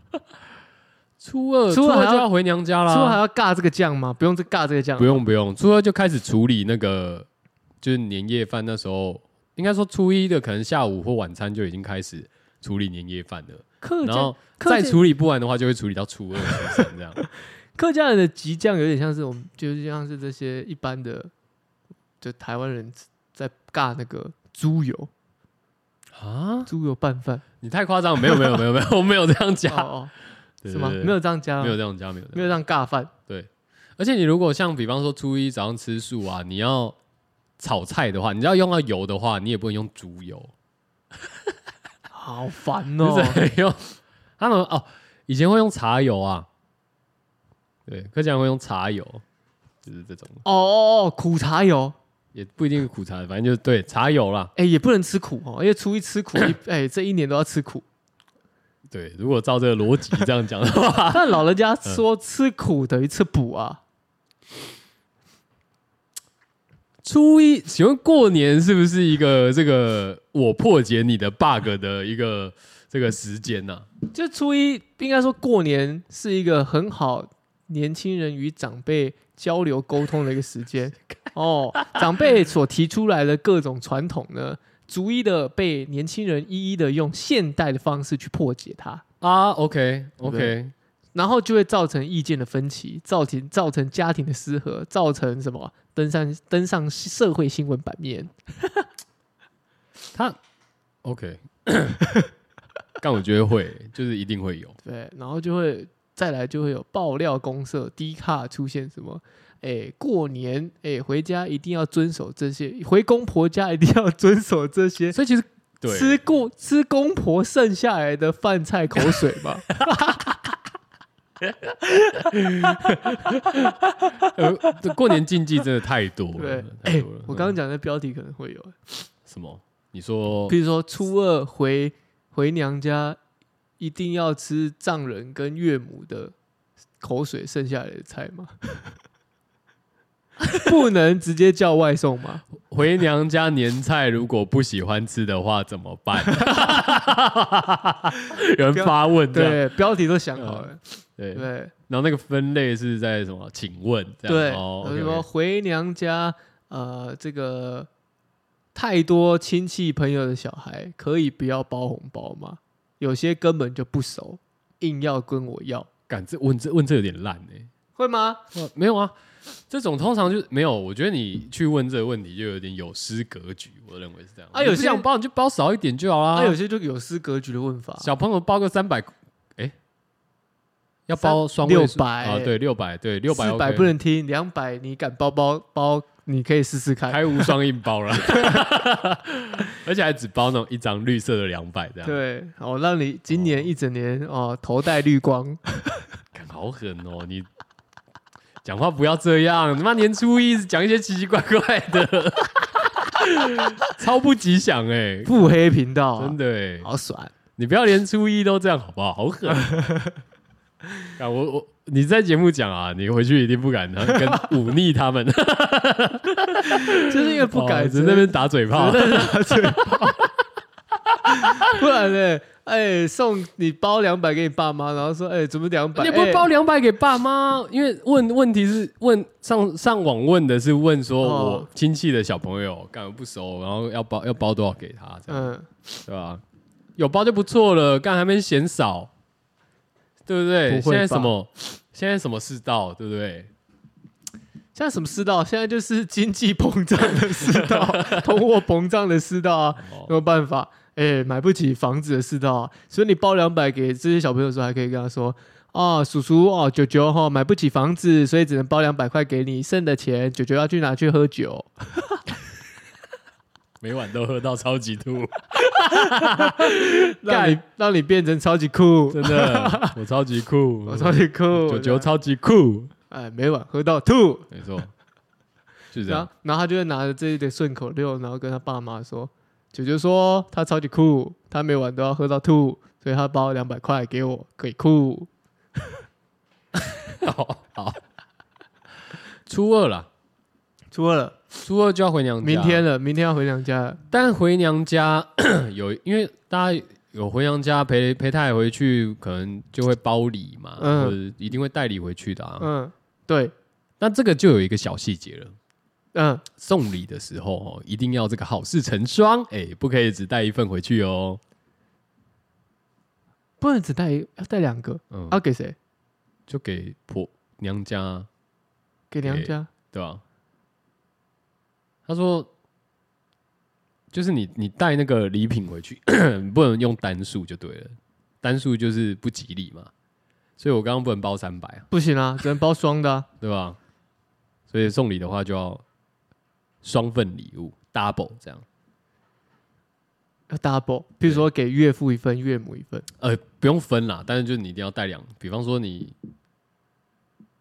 [SPEAKER 1] 初二，
[SPEAKER 2] 初
[SPEAKER 1] 初
[SPEAKER 2] 二还
[SPEAKER 1] 二
[SPEAKER 2] 要
[SPEAKER 1] 就要回娘家啦，
[SPEAKER 2] 初二还要尬这个酱吗？不用再尬这个酱
[SPEAKER 1] 啊不，用不用，初二就开始处理那个就是年夜饭。那时候应该说初一的可能下午或晚餐就已经开始处理年夜饭了。
[SPEAKER 2] 客
[SPEAKER 1] 然
[SPEAKER 2] 家
[SPEAKER 1] 后
[SPEAKER 2] 客
[SPEAKER 1] 再
[SPEAKER 2] 家
[SPEAKER 1] 处理不完的话，就会处理到初二、初三这样。
[SPEAKER 2] 客家人的吉酱有点像是我们，就是像是这些一般的，就台湾人在尬那个猪油，
[SPEAKER 1] 啊，
[SPEAKER 2] 猪油拌饭，
[SPEAKER 1] 你太夸张了！没有没有没有没有， 我没有这样
[SPEAKER 2] 哦
[SPEAKER 1] 加，
[SPEAKER 2] 哦，
[SPEAKER 1] 对
[SPEAKER 2] 是吗？
[SPEAKER 1] 对对
[SPEAKER 2] 没有这样加吗，
[SPEAKER 1] 没有这样加，没有
[SPEAKER 2] 没
[SPEAKER 1] 没有。
[SPEAKER 2] 有这样尬饭，
[SPEAKER 1] 而且你如果像比方说初一早上吃素啊，你要炒菜的话，你要用到油的话，你也不能用猪油，
[SPEAKER 2] 好烦
[SPEAKER 1] 就
[SPEAKER 2] 哦。
[SPEAKER 1] 是用他们哦，以前会用茶油啊，对，客家人会用茶油，就是这种，
[SPEAKER 2] 哦哦哦，苦茶油，
[SPEAKER 1] 也不一定是苦茶，反正就是对茶油啦。
[SPEAKER 2] 哎、也不能吃苦哦，因为初一吃苦，一哎、这一年都要吃苦。
[SPEAKER 1] 对，如果照这个逻辑这样讲的话，
[SPEAKER 2] 但老人家说吃苦等于吃补啊，
[SPEAKER 1] 初一，请问过年是不是一个这个我破解你的 bug 的一个这个时间呢、啊
[SPEAKER 2] 就初一应该说过年是一个很好年轻人与长辈交流沟通的一个时间。哦，长辈所提出来的各种传统呢，逐一的被年轻人一一的用现代的方式去破解它，
[SPEAKER 1] 啊，OK
[SPEAKER 2] 对不
[SPEAKER 1] OK，
[SPEAKER 2] 然后就会造成意见的分歧，造成造成家庭的失和，造成什么登上登上社会新闻版面。
[SPEAKER 1] 他 OK，但我觉得会，就是一定会有。
[SPEAKER 2] 对，然后就会再来就会有爆料公社、低卡出现什么，哎，过年哎回家一定要遵守这些，回公婆家一定要遵守这些，
[SPEAKER 1] 所以其实对
[SPEAKER 2] 吃过吃公婆剩下来的饭菜口水 吧，
[SPEAKER 1] 呃，这过年禁忌真的太多了
[SPEAKER 2] 对，
[SPEAKER 1] 太多了。
[SPEAKER 2] 哎我刚刚
[SPEAKER 1] 嗯
[SPEAKER 2] 讲的标题可能会有，
[SPEAKER 1] 什么？你说
[SPEAKER 2] 比如说初二回回娘家一定要吃丈人跟岳母的口水剩下来的菜吗？ 不能直接叫外送吗？
[SPEAKER 1] 回娘家年菜如果不喜欢吃的话怎么 办？有人发问这样，嗯
[SPEAKER 2] 对，标题都想好了，
[SPEAKER 1] 对对。
[SPEAKER 2] 对
[SPEAKER 1] 然后那个分类是在什么？请问这
[SPEAKER 2] 对，
[SPEAKER 1] 样
[SPEAKER 2] 我
[SPEAKER 1] 哦
[SPEAKER 2] 就说
[SPEAKER 1] OK，OK，
[SPEAKER 2] 回娘家，呃，这个太多亲戚朋友的小孩，可以不要包红包吗？有些根本就不熟，硬要跟我要，
[SPEAKER 1] 敢这问这问这有点烂哎、
[SPEAKER 2] 会吗？
[SPEAKER 1] 哇没有啊，这种通常就没有。我觉得你去问这个问题就有点有失格局，我认为是这样。
[SPEAKER 2] 啊
[SPEAKER 1] 你不
[SPEAKER 2] 有些
[SPEAKER 1] 想包你就包少一点就好啦。
[SPEAKER 2] 啊，有些就有失格局的问法，啊
[SPEAKER 1] 小朋友包个三百，哎，要包双位数
[SPEAKER 2] 600
[SPEAKER 1] 啊？对，六百，对，六百，
[SPEAKER 2] 四百不能听，两百你敢包包包，你可以试试看。
[SPEAKER 1] 开无双硬包 了， 而且还只包那种一张绿色的两百这样，
[SPEAKER 2] 对，哦，让你今年一整年哦头戴绿光，
[SPEAKER 1] 干好狠哦！你讲话不要这样，他妈年初一讲一些奇奇怪怪的，超不吉祥哎、
[SPEAKER 2] 腹黑频道啊、
[SPEAKER 1] 真的哎、
[SPEAKER 2] 好爽。
[SPEAKER 1] 你不要连初一都这样好不好？好狠！啊，我我你在节目讲啊，你回去一定不敢跟忤逆他们，
[SPEAKER 2] 就是因为不
[SPEAKER 1] 哦
[SPEAKER 2] 敢，
[SPEAKER 1] 只是那边打嘴炮。
[SPEAKER 2] 不然呢？哎、送你包两百给你爸妈，然后说，哎、怎么两百？
[SPEAKER 1] 你不是
[SPEAKER 2] 哎
[SPEAKER 1] 包两百给爸妈？因为问问题是问上上网问的是问说
[SPEAKER 2] 哦
[SPEAKER 1] 我亲戚的小朋友干嘛不熟，然后要包要包多少给他，这样、
[SPEAKER 2] 嗯，
[SPEAKER 1] 对吧？有包就不错了，干还没嫌少，对不对？
[SPEAKER 2] 不会
[SPEAKER 1] 现在什
[SPEAKER 2] 吧
[SPEAKER 1] 么现在什么世道，对不对？
[SPEAKER 2] 现在什么世道？现在就是经济膨胀的世 道，通货膨胀的世道啊，
[SPEAKER 1] 哦
[SPEAKER 2] 没有办法，哎、买不起房子的世道啊。所以你包两百给这些小朋友的时候，还可以跟他说。哦，叔叔哦，九九哈、买不起房子，所以只能包两百块给你，剩的钱九九要去拿去喝 酒。
[SPEAKER 1] 每晚都喝到超级 吐，
[SPEAKER 2] 让你让你变成超级酷，
[SPEAKER 1] 真的，我超级酷，
[SPEAKER 2] 我超级酷，啊
[SPEAKER 1] 九九超级酷，
[SPEAKER 2] 哎，每晚喝到吐，
[SPEAKER 1] 没错，是这
[SPEAKER 2] 然
[SPEAKER 1] 样
[SPEAKER 2] 后。然后他就会拿着这一堆顺口溜，然后跟他爸妈说，九九说他超级酷，他每晚都要喝到吐，所以他包两百块给我，可以酷。
[SPEAKER 1] 好，好，初二啦，
[SPEAKER 2] 初二了，
[SPEAKER 1] 初二就要回娘家，
[SPEAKER 2] 明天了，明天要回娘家了，
[SPEAKER 1] 但回娘家 有，因为大家有回娘家陪陪太太回去，可能就会包礼嘛，
[SPEAKER 2] 嗯
[SPEAKER 1] 或者一定会带礼回去的啊。
[SPEAKER 2] 嗯，对，
[SPEAKER 1] 那这个就有一个小细节了，
[SPEAKER 2] 嗯，
[SPEAKER 1] 送礼的时候哦，一定要这个好事成双，哎、不可以只带一份回去哦。
[SPEAKER 2] 不能只带一，要带两个，啊
[SPEAKER 1] 嗯，
[SPEAKER 2] 要给谁？
[SPEAKER 1] 就给婆娘家，
[SPEAKER 2] 给娘家，
[SPEAKER 1] 对吧、他说。就是你，你带那个礼品回去， 不能用单数就对了，单数就是不吉利嘛。所以我刚刚不能包三百啊。
[SPEAKER 2] 不行 啊，只能包双的、啊，
[SPEAKER 1] 对吧？所以送礼的话就要双份礼物，double 这样。
[SPEAKER 2] 要 double，比如说给岳父一份，岳母一份，
[SPEAKER 1] 呃，不用分啦，但是就是你一定要带两，比方说你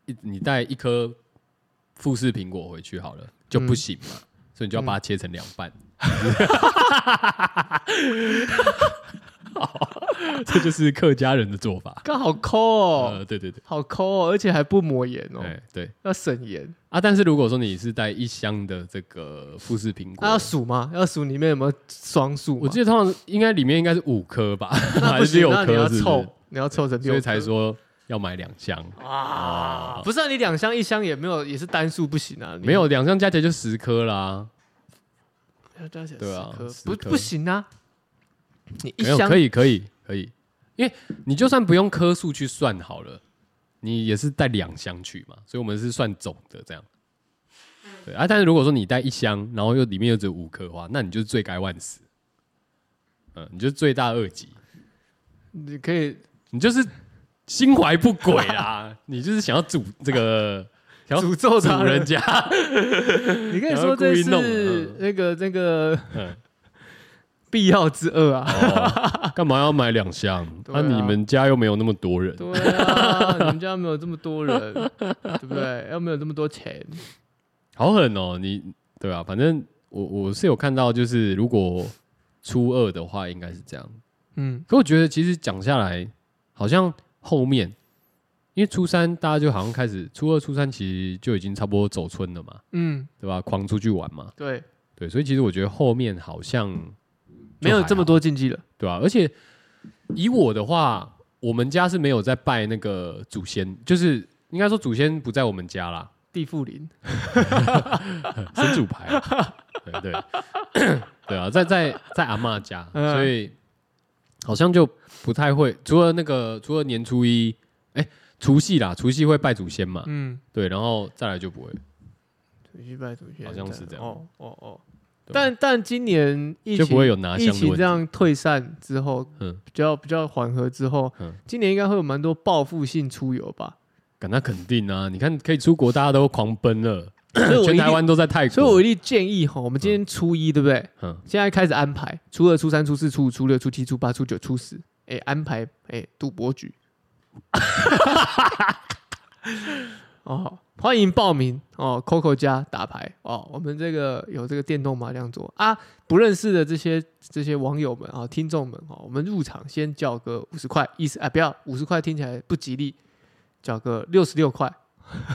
[SPEAKER 1] 一你带一颗富士苹果回去好了就不行嘛，
[SPEAKER 2] 嗯
[SPEAKER 1] 所以你就要把它切成两半。好 这就是客家人的做法。
[SPEAKER 2] 刚好抠哦，
[SPEAKER 1] 呃，对对对，
[SPEAKER 2] 好抠哦，而且还不抹盐哦，
[SPEAKER 1] 哎对
[SPEAKER 2] 要省盐。
[SPEAKER 1] 啊，但是如果说你是带一箱的这个富士苹果，
[SPEAKER 2] 啊那要数吗？要数里面有没有双数吗？
[SPEAKER 1] 我记得通常应该里面应该是五颗吧，
[SPEAKER 2] 那
[SPEAKER 1] 还
[SPEAKER 2] 不
[SPEAKER 1] 是
[SPEAKER 2] 行，
[SPEAKER 1] 六
[SPEAKER 2] 那你
[SPEAKER 1] 颗
[SPEAKER 2] 要
[SPEAKER 1] 是不是
[SPEAKER 2] 凑，你要凑成
[SPEAKER 1] 所
[SPEAKER 2] 六颗，
[SPEAKER 1] 以才说要买两箱，
[SPEAKER 2] 啊，不是啊，你两箱一箱也没有，也是单数不行啊，你
[SPEAKER 1] 没有两箱加起来就十颗啦。
[SPEAKER 2] 要加起来
[SPEAKER 1] 对啊
[SPEAKER 2] 10颗
[SPEAKER 1] 10
[SPEAKER 2] 不
[SPEAKER 1] 颗
[SPEAKER 2] 不行啊，你一
[SPEAKER 1] 没有，
[SPEAKER 2] 箱
[SPEAKER 1] 可以，可以，可以，因为你就算不用颗数去算好了，你也是带两箱去嘛，所以我们是算总的这样。
[SPEAKER 2] 嗯
[SPEAKER 1] 对啊，但是如果说你带一箱，然后又里面又只有五颗花，那你就是罪该万死。嗯，你就是罪大恶极，
[SPEAKER 2] 你可以
[SPEAKER 1] 你就是心怀不轨 啦，你就是想要诅这个想要
[SPEAKER 2] 诅咒他
[SPEAKER 1] 诅人
[SPEAKER 2] 人，
[SPEAKER 1] 家。
[SPEAKER 2] 你可以
[SPEAKER 1] 然后
[SPEAKER 2] 说这
[SPEAKER 1] 故意弄
[SPEAKER 2] 是
[SPEAKER 1] 嗯
[SPEAKER 2] 那个那个
[SPEAKER 1] 嗯
[SPEAKER 2] 必要之恶啊。
[SPEAKER 1] 哦干嘛要买两箱？那、
[SPEAKER 2] 对啊
[SPEAKER 1] 你们家又没有那么多人，
[SPEAKER 2] 对 啊，你们家没有这么多人，对不对？要没有这么多钱，
[SPEAKER 1] 好狠哦！你对啊，反正我我是有看到，就是如果初二的话，应该是这样。
[SPEAKER 2] 嗯，
[SPEAKER 1] 可我觉得其实讲下来，好像后面因为初三大家就好像开始，初二、初三其实就已经差不多走春了嘛，
[SPEAKER 2] 嗯，
[SPEAKER 1] 对吧？狂出去玩嘛，
[SPEAKER 2] 对，
[SPEAKER 1] 对，所以其实我觉得后面好像
[SPEAKER 2] 没有这么
[SPEAKER 1] 多。
[SPEAKER 2] 多禁忌了。
[SPEAKER 1] 对啊，而且以我的话，我们家是没有在拜那个祖先，就是应该说祖先不在我们家啦，
[SPEAKER 2] 地富林，
[SPEAKER 1] 神主牌啊，对对对 啊，在在在阿嬷家，
[SPEAKER 2] 嗯
[SPEAKER 1] 所以好像就不太会，除了那个除了年初一，哎、除夕啦，除夕会拜祖先嘛，
[SPEAKER 2] 嗯，
[SPEAKER 1] 对，然后再来就不会，
[SPEAKER 2] 土去拜土去，
[SPEAKER 1] 好像是这样
[SPEAKER 2] 哦哦哦，
[SPEAKER 1] 对
[SPEAKER 2] 但但今年疫
[SPEAKER 1] 就
[SPEAKER 2] 情
[SPEAKER 1] 不会有拿
[SPEAKER 2] 疫
[SPEAKER 1] 香的
[SPEAKER 2] 情
[SPEAKER 1] 问
[SPEAKER 2] 这
[SPEAKER 1] 题。
[SPEAKER 2] 样退散之后，
[SPEAKER 1] 嗯
[SPEAKER 2] 比较比较缓和之后，
[SPEAKER 1] 嗯
[SPEAKER 2] 今年应该会有蛮多报复性出游 吧。
[SPEAKER 1] 敢那肯定啊！你看，可以出国，大家都狂奔了，
[SPEAKER 2] 所以我
[SPEAKER 1] 全
[SPEAKER 2] 一
[SPEAKER 1] 台
[SPEAKER 2] 定，
[SPEAKER 1] 湾都在泰国。
[SPEAKER 2] 所以我一定建议哈，我们今天初一对不对？
[SPEAKER 1] 嗯，
[SPEAKER 2] 现在开始安排初二、初三、初四、初五、初六、初七、初八、初九、初十，哎，安排哎赌博局。 哦，欢迎报名哦，Coco 家打牌哦，我们这个有这个电动麻将桌啊，不认识的这些这些网友们啊、听众们哦，我们入场先叫个五十块，意思啊不要五十块听起来不吉利，叫个六十六块，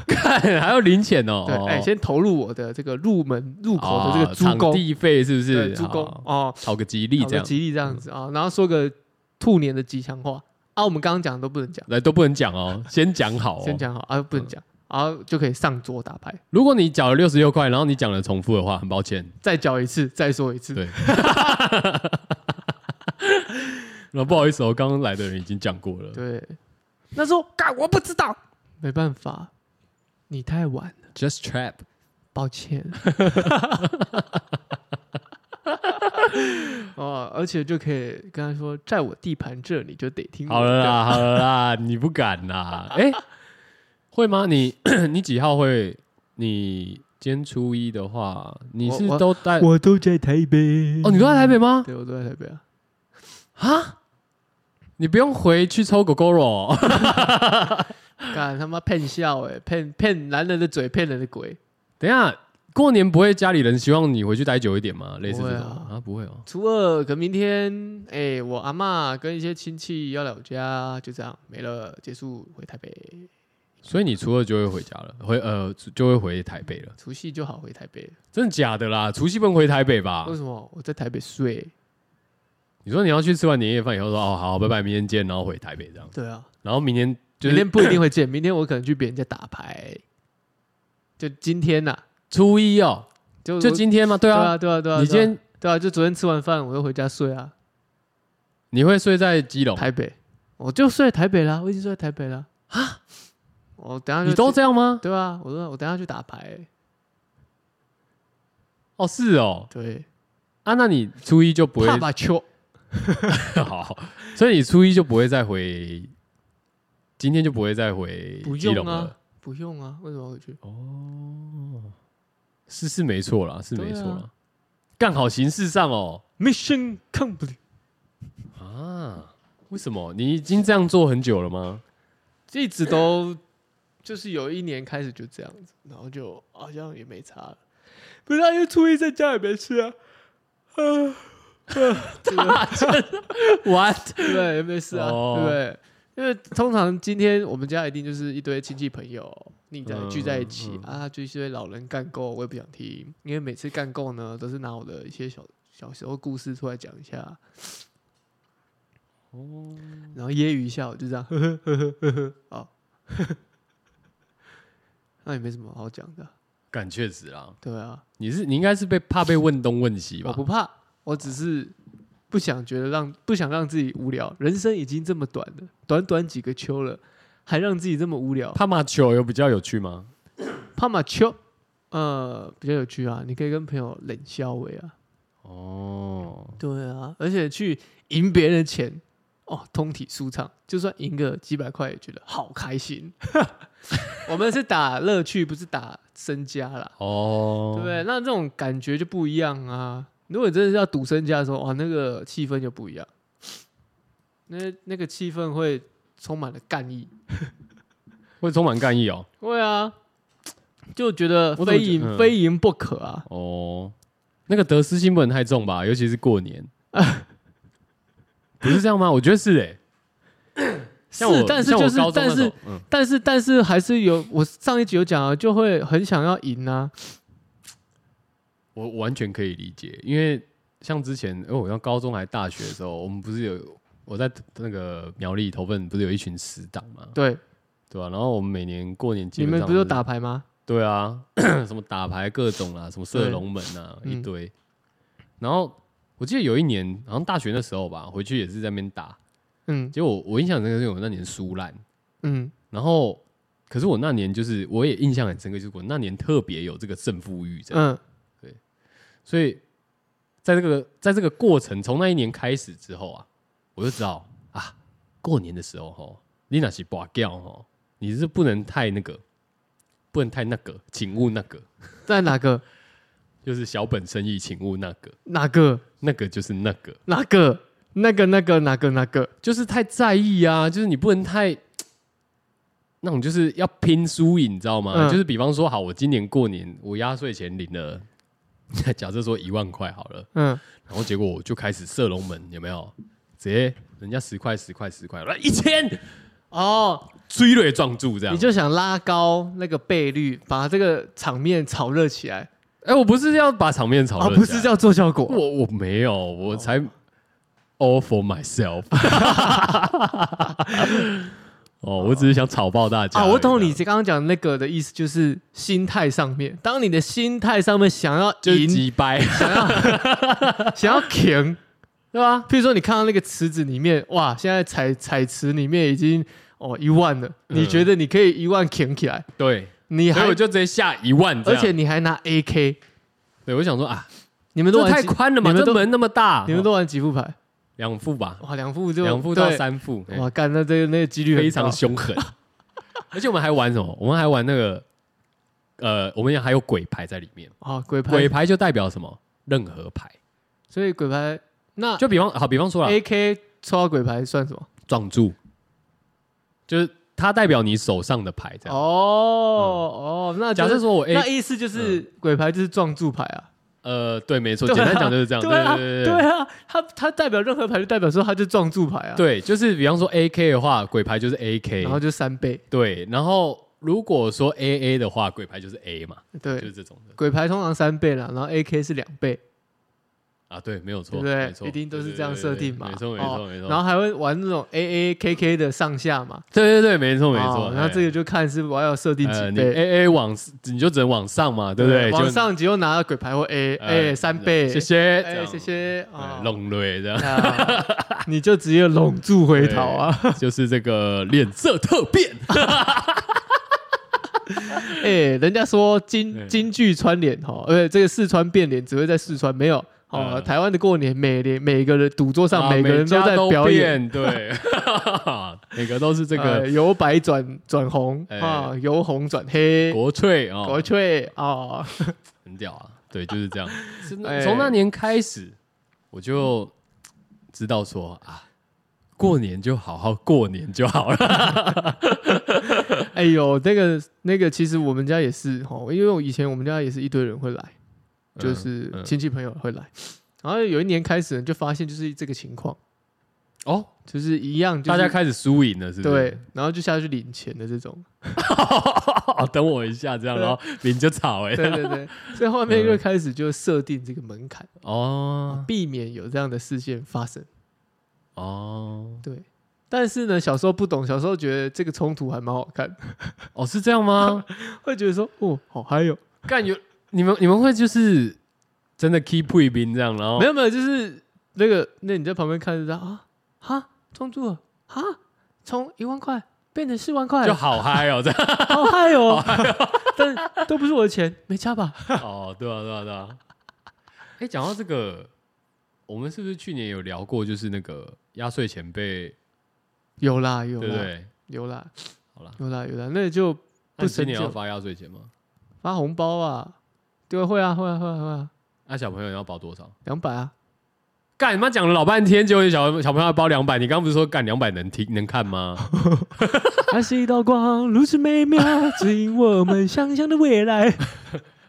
[SPEAKER 1] 看 还要零钱哦。
[SPEAKER 2] 对，
[SPEAKER 1] 哦
[SPEAKER 2] 哎、先投入我的这个入门入口的这个
[SPEAKER 1] 啊
[SPEAKER 2] 猪
[SPEAKER 1] 场
[SPEAKER 2] 公，
[SPEAKER 1] 地费是不
[SPEAKER 2] 对，
[SPEAKER 1] 是？
[SPEAKER 2] 猪公
[SPEAKER 1] 好
[SPEAKER 2] 哦，
[SPEAKER 1] 讨个吉利
[SPEAKER 2] 好
[SPEAKER 1] 这
[SPEAKER 2] 个
[SPEAKER 1] 样，
[SPEAKER 2] 吉利这样子啊，然后说个兔年的吉祥话啊，我们刚刚讲的都不能讲，
[SPEAKER 1] 来都不能讲哦，先讲好哦。
[SPEAKER 2] 先讲好啊，不能讲，然后就可以上桌打牌，
[SPEAKER 1] 如果你缴了六十六块，然后你讲了重复的话，很抱歉，
[SPEAKER 2] 再叫一次，再说一次，
[SPEAKER 1] 对那不好意思哦，刚刚来的人已经讲过了。
[SPEAKER 2] 对，那时候干我不知道，没办法，你太晚了，
[SPEAKER 1] Just trap，
[SPEAKER 2] 抱 歉。哦，而且就可以跟他说，在我地盘这你就得听我的
[SPEAKER 1] 好了，啦，好了啦，你不敢啦？哎，会吗？你 你几号会？你今天初一的话，你是
[SPEAKER 2] 我我
[SPEAKER 1] 都在哦？
[SPEAKER 2] 我都在台北。
[SPEAKER 1] 你都在台北吗？
[SPEAKER 2] 对，我都在台北啊。
[SPEAKER 1] 啊？你不用回去抽狗狗肉哦，
[SPEAKER 2] 干他妈骗笑哎、骗骗男人的嘴，骗人的鬼。
[SPEAKER 1] 等一下，过年不会家里人希望你回去待久一点吗？类似这种
[SPEAKER 2] 不会啊
[SPEAKER 1] 啊，不会哦。
[SPEAKER 2] 初二，可能明天，哎、我阿嬷跟一些亲戚要来我家，就这样没了，结束，回台北，
[SPEAKER 1] 所以你初二就会回家了，回呃就会回台北了，
[SPEAKER 2] 除夕就好回台北了。
[SPEAKER 1] 真的假的啦？除夕不能回台北吧
[SPEAKER 2] 为？什么我在台北睡？
[SPEAKER 1] 你说你要去吃完年夜饭以后说哦好，拜拜，明天见，然后回台北这样，
[SPEAKER 2] 对啊，
[SPEAKER 1] 然后明天就
[SPEAKER 2] 明
[SPEAKER 1] 是
[SPEAKER 2] 天不一定会见，明天我可能去别人家打牌。就今天呐、
[SPEAKER 1] 初一哦，
[SPEAKER 2] 就
[SPEAKER 1] 就
[SPEAKER 2] 我
[SPEAKER 1] 今天吗？对
[SPEAKER 2] 对
[SPEAKER 1] 啊，
[SPEAKER 2] 啊对啊对啊，
[SPEAKER 1] 你今
[SPEAKER 2] 对啊
[SPEAKER 1] 天
[SPEAKER 2] 对啊，就昨天吃完饭我又回家睡啊，
[SPEAKER 1] 你会睡在基隆，
[SPEAKER 2] 台北，我就睡台北啦，我已经睡在台北啦啊，我等下就
[SPEAKER 1] 你都
[SPEAKER 2] 去
[SPEAKER 1] 这样吗？
[SPEAKER 2] 对啊，我说我等下去打牌欸、
[SPEAKER 1] 哦是哦，
[SPEAKER 2] 对，
[SPEAKER 1] 啊那你初一就不会
[SPEAKER 2] 怕把球
[SPEAKER 1] 好，所以你初一就不会再回，今天就不会再回
[SPEAKER 2] 不
[SPEAKER 1] 基
[SPEAKER 2] 用
[SPEAKER 1] 隆
[SPEAKER 2] 啊
[SPEAKER 1] 了。
[SPEAKER 2] 不用啊，为什么回去？
[SPEAKER 1] 是是没错啦，是没错
[SPEAKER 2] 对啊
[SPEAKER 1] 啦，干好形式上哦
[SPEAKER 2] Mission Complete。
[SPEAKER 1] 啊，为什么你已经这样做很久了吗？
[SPEAKER 2] 一直都就是有一年开始就这样子，然后就好像也没差了。不是、啊，因为初一在家也没吃啊，
[SPEAKER 1] What？
[SPEAKER 2] 对不 对？也没事啊，
[SPEAKER 1] 哦
[SPEAKER 2] 对不对？因为通常今天我们家一定就是一堆亲戚朋友腻在
[SPEAKER 1] 嗯
[SPEAKER 2] 聚在一起、
[SPEAKER 1] 嗯
[SPEAKER 2] 啊，就一堆老人干够，我也不想听，因为每次干够呢都是拿我的一些小小时候故事出来讲一下，
[SPEAKER 1] 哦，
[SPEAKER 2] 然后揶揄一下，我就这样， 呵呵呵呵呵呵，好， 那也没什么好讲的，
[SPEAKER 1] 感确实啦，
[SPEAKER 2] 对啊，
[SPEAKER 1] 你是你应该是被怕被问东问西
[SPEAKER 2] 我
[SPEAKER 1] 吧
[SPEAKER 2] 不？怕，我只是不想觉得让不想让自己无聊，人生已经这么短了，短短几个秋了，还让自己这么无聊，
[SPEAKER 1] 怕马球有比较有趣吗？
[SPEAKER 2] 帕马秋，呃，比较有趣啊，你可以跟朋友冷笑为啊，
[SPEAKER 1] 哦，
[SPEAKER 2] 对啊，而且去赢别人的钱，哦，通体舒畅，就算赢个几百块也觉得好开心。 我们是打乐趣，不是打身家啦，
[SPEAKER 1] 哦，
[SPEAKER 2] 对不对？那这种感觉就不一样啊。如果你真的是要赌身家的时候，哇，那个气氛就不一样，那那个气氛会充满了干意。
[SPEAKER 1] 会充满干意哦。
[SPEAKER 2] 会啊，就觉得
[SPEAKER 1] 我怎么
[SPEAKER 2] 非
[SPEAKER 1] 觉
[SPEAKER 2] 赢
[SPEAKER 1] 嗯
[SPEAKER 2] 非赢不可啊。
[SPEAKER 1] 哦，那个得失心不能太重吧，尤其是过年。不是这样吗？我觉得是哎、
[SPEAKER 2] 是
[SPEAKER 1] 像我，，
[SPEAKER 2] 但是
[SPEAKER 1] 像我
[SPEAKER 2] 就是
[SPEAKER 1] 高中
[SPEAKER 2] 但
[SPEAKER 1] 那
[SPEAKER 2] 是
[SPEAKER 1] 种嗯，
[SPEAKER 2] 但是但是还是有，我上一集有讲啊，就会很想要赢啊。
[SPEAKER 1] 我我完全可以理解，因为像之前，因哦为我上高中还大学的时候，我们不是有我在那个苗栗投奔，不是有一群死党嘛，
[SPEAKER 2] 对，
[SPEAKER 1] 对吧、然后我们每年过年基
[SPEAKER 2] 你
[SPEAKER 1] 本上
[SPEAKER 2] 们不是有
[SPEAKER 1] 是
[SPEAKER 2] 打牌吗？
[SPEAKER 1] 对啊， 什么打牌各种啦，什么射
[SPEAKER 2] 对
[SPEAKER 1] 龙门啊，
[SPEAKER 2] 嗯
[SPEAKER 1] 一堆。然后我记得有一年，好像大学那时候吧，回去也是在那边打，
[SPEAKER 2] 嗯
[SPEAKER 1] 结果我我印象很深刻，我那年输烂。
[SPEAKER 2] 嗯，
[SPEAKER 1] 然后，可是我那年就是我也印象很深刻，就是我那年特别有这个胜负欲，这样。
[SPEAKER 2] 嗯
[SPEAKER 1] 所以在这个在这个过程，从那一年开始之后啊，我就知道啊，过年的时候吼，你那是拔掉吼，你是不能太那个，不能太那个，请勿那个，
[SPEAKER 2] 在哪个
[SPEAKER 1] 就是小本生意，请勿那个，
[SPEAKER 2] 哪个
[SPEAKER 1] 那个就是那个，
[SPEAKER 2] 哪个那个那个哪个哪个？
[SPEAKER 1] 就是太在意啊，就是你不能太。那种就是要拼输赢，你知道吗？
[SPEAKER 2] 嗯
[SPEAKER 1] 就是比方说，好，我今年过年我压岁钱领了，假设说一万块好了，
[SPEAKER 2] 嗯，
[SPEAKER 1] 然后结果我就开始射龙门，有没有？直接人家十块、十块、十块，来一千，
[SPEAKER 2] 哦，
[SPEAKER 1] 追瑞撞柱这样。
[SPEAKER 2] 你就想拉高那个倍率，把这个场面炒热起来
[SPEAKER 1] 哎、我不是要把场面炒
[SPEAKER 2] 啊，
[SPEAKER 1] 热、
[SPEAKER 2] 不是，叫做效果。啊
[SPEAKER 1] 我我没有，
[SPEAKER 2] 哦
[SPEAKER 1] 我才 all for myself。哦，我只是想炒爆大家
[SPEAKER 2] 啊，我懂你
[SPEAKER 1] 这样
[SPEAKER 2] 刚刚讲那个的意思，就是心态上面。当你的心态上面想要
[SPEAKER 1] 就是
[SPEAKER 2] 赢，
[SPEAKER 1] 鸡 掰，
[SPEAKER 2] 想要 赢，
[SPEAKER 1] 对吧？
[SPEAKER 2] 譬如说，你看到那个池子里面，哇，现在彩彩池里面已经哦一万了，你
[SPEAKER 1] 嗯
[SPEAKER 2] 觉得你可以一万扛起来？
[SPEAKER 1] 对，
[SPEAKER 2] 你
[SPEAKER 1] 所以
[SPEAKER 2] 还
[SPEAKER 1] 我就直接下一万这
[SPEAKER 2] 而
[SPEAKER 1] 样，
[SPEAKER 2] 且你还拿 AK，
[SPEAKER 1] 对我想说啊，
[SPEAKER 2] 你们都
[SPEAKER 1] 这
[SPEAKER 2] 玩
[SPEAKER 1] 太
[SPEAKER 2] 几
[SPEAKER 1] 宽了嘛，
[SPEAKER 2] 你
[SPEAKER 1] 这
[SPEAKER 2] 们都
[SPEAKER 1] 门那么大，哦
[SPEAKER 2] 你们都玩几副牌？
[SPEAKER 1] 两副吧，
[SPEAKER 2] 哇，两副就
[SPEAKER 1] 两副到
[SPEAKER 2] 对
[SPEAKER 1] 三副，哎
[SPEAKER 2] 哇，啊干那这个那个几率很
[SPEAKER 1] 非常
[SPEAKER 2] 高
[SPEAKER 1] 凶狠。 而且我们还玩什么？我们还玩那个，呃，我们还有鬼牌在里面。
[SPEAKER 2] 啊，鬼牌
[SPEAKER 1] 鬼，牌就代表什么？任何牌。
[SPEAKER 2] 所以鬼牌那
[SPEAKER 1] 就比啊方好，比方说啦，
[SPEAKER 2] AK 抽到鬼牌算什么？
[SPEAKER 1] 撞柱，就是它代表你手上的牌这
[SPEAKER 2] 哦
[SPEAKER 1] 样。嗯
[SPEAKER 2] 哦，那就
[SPEAKER 1] 假
[SPEAKER 2] 是
[SPEAKER 1] 设说我
[SPEAKER 2] 那
[SPEAKER 1] A，嗯
[SPEAKER 2] 意思就是鬼牌就是撞柱牌啊，
[SPEAKER 1] 呃，对，没错，
[SPEAKER 2] 对
[SPEAKER 1] 简
[SPEAKER 2] 啊
[SPEAKER 1] 单讲就是这样。
[SPEAKER 2] 对啊
[SPEAKER 1] 对
[SPEAKER 2] 对啊，它它代表任何牌就代表说它就撞柱牌啊，，
[SPEAKER 1] 对，就是比方说 A K 的话，鬼牌就是 A
[SPEAKER 2] 然后
[SPEAKER 1] K，
[SPEAKER 2] 就三倍，
[SPEAKER 1] 对，然后如果说 A A 的话，鬼牌就是 A 嘛，就
[SPEAKER 2] 对
[SPEAKER 1] 是，这种的
[SPEAKER 2] 鬼牌通常三倍啦，然后 AK 是两倍，
[SPEAKER 1] 啊，对，没有错，
[SPEAKER 2] 对不
[SPEAKER 1] 没
[SPEAKER 2] 对
[SPEAKER 1] 错，
[SPEAKER 2] 一定都是
[SPEAKER 1] 对对
[SPEAKER 2] 这样
[SPEAKER 1] 对
[SPEAKER 2] 设
[SPEAKER 1] 对
[SPEAKER 2] 定嘛
[SPEAKER 1] 没错，没
[SPEAKER 2] 哦
[SPEAKER 1] 错，没错。
[SPEAKER 2] 然后还会玩那种 AAKK 的上下嘛，
[SPEAKER 1] 对对对，没错没错
[SPEAKER 2] 哦。那这
[SPEAKER 1] 个
[SPEAKER 2] 个就看是我要设定几
[SPEAKER 1] 你
[SPEAKER 2] 倍，
[SPEAKER 1] A A 往你就只能往上嘛，对不对？
[SPEAKER 2] 往
[SPEAKER 1] 就呃
[SPEAKER 2] 上只有拿到鬼牌或 A，哎，三倍，
[SPEAKER 1] 谢，谢，这
[SPEAKER 2] 哎，
[SPEAKER 1] 样
[SPEAKER 2] 谢，谢啊
[SPEAKER 1] 哎，拢瑞这样，
[SPEAKER 2] 啊你就直接拢住回头啊，
[SPEAKER 1] 就是这个脸色特变，
[SPEAKER 2] 哎，人家说京
[SPEAKER 1] 对
[SPEAKER 2] 京剧穿脸哈，呃，这个四川变脸只会在四川没有。哦，
[SPEAKER 1] 嗯
[SPEAKER 2] 台湾的过年，每年每个人赌桌上，
[SPEAKER 1] 啊
[SPEAKER 2] 每个人
[SPEAKER 1] 家
[SPEAKER 2] 在
[SPEAKER 1] 都
[SPEAKER 2] 表
[SPEAKER 1] 变，
[SPEAKER 2] 演，
[SPEAKER 1] 对， 每个都是这
[SPEAKER 2] 呃
[SPEAKER 1] 个
[SPEAKER 2] 由白转转红
[SPEAKER 1] 哎
[SPEAKER 2] 啊，由红转黑，
[SPEAKER 1] 国粹
[SPEAKER 2] 哎国
[SPEAKER 1] 啊，
[SPEAKER 2] 粹啊，
[SPEAKER 1] 很屌啊，对，就是 这样。是
[SPEAKER 2] 哎
[SPEAKER 1] 从那年开始，我就知道说啊，过年就好好过年就好了，
[SPEAKER 2] 哎呦，那个那个，其实我们家也是哦，因为我以前我们家也是一堆人会来， 就是
[SPEAKER 1] 嗯嗯
[SPEAKER 2] 亲戚朋友会来，然后有一年开始就发现就是这个情况，
[SPEAKER 1] 哦，
[SPEAKER 2] 就是一样，就是
[SPEAKER 1] 大家开始输赢了，是不是？
[SPEAKER 2] 对，然后就下去领钱的这种，
[SPEAKER 1] 等我一下，这样，然后你就吵哎、
[SPEAKER 2] 对对对，所以后面就开始就设定这个门槛，
[SPEAKER 1] 哦
[SPEAKER 2] 避免有这样的事件发生。
[SPEAKER 1] 哦哦，
[SPEAKER 2] 对，但是呢，小时候不懂，小时候觉得这个冲突还蛮好看，
[SPEAKER 1] 哦，是这样吗？
[SPEAKER 2] 会觉得说，哦，好嗨哟、
[SPEAKER 1] 干有你们你们会就是真的 keep 贵宾这样，然后
[SPEAKER 2] 没有没有，就是那个，那你在旁边看着他啊，哈，冲住了，哈，从一万块变成四万块
[SPEAKER 1] 就
[SPEAKER 2] 了，
[SPEAKER 1] 好嗨 哦，这样
[SPEAKER 2] 好 嗨哦！ 但都不是我的钱，没加吧？
[SPEAKER 1] 哦，对啊对啊对啊。哎，讲到这个，我们是不是去年有聊过，就是那个压岁钱被
[SPEAKER 2] 有啦有
[SPEAKER 1] 对不
[SPEAKER 2] 啦
[SPEAKER 1] 对？
[SPEAKER 2] 有啦
[SPEAKER 1] 好啦，
[SPEAKER 2] 有啦有啦，那就
[SPEAKER 1] 那
[SPEAKER 2] 不
[SPEAKER 1] 今
[SPEAKER 2] 深
[SPEAKER 1] 年要
[SPEAKER 2] 究
[SPEAKER 1] 发压岁钱吗？
[SPEAKER 2] 发红包啊，对，会啊会啊会啊会啊，
[SPEAKER 1] 那小朋友要包多少？
[SPEAKER 2] 两百 啊，
[SPEAKER 1] 干你妈讲了老半天，结果小小朋友要包两百，你刚刚不是说干两百能听能看 吗？
[SPEAKER 2] 爱是一道光，如此美妙，指引我们想象的未来。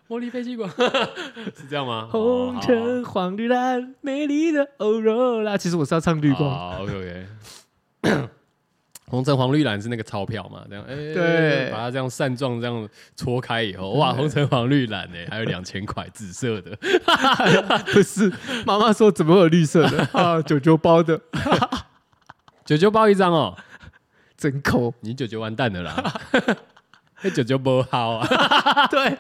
[SPEAKER 1] 玻璃飞机馆 是这样吗？
[SPEAKER 2] 红橙黄绿蓝，美丽的欧若拉。其实我是要唱
[SPEAKER 1] 哦
[SPEAKER 2] 绿光，
[SPEAKER 1] OK OK。红橙黄绿蓝是那个钞票嘛？这样，哎、
[SPEAKER 2] 对
[SPEAKER 1] 把它这样扇状这样搓开以后，哇，红橙黄绿蓝哎、还有两千块紫色的，
[SPEAKER 2] 不是妈妈说怎么会有绿色 的啊？九九包的
[SPEAKER 1] 九九包一张哦，，
[SPEAKER 2] 整口
[SPEAKER 1] 你九九完蛋了 啦，哎九九不好啊，
[SPEAKER 2] 对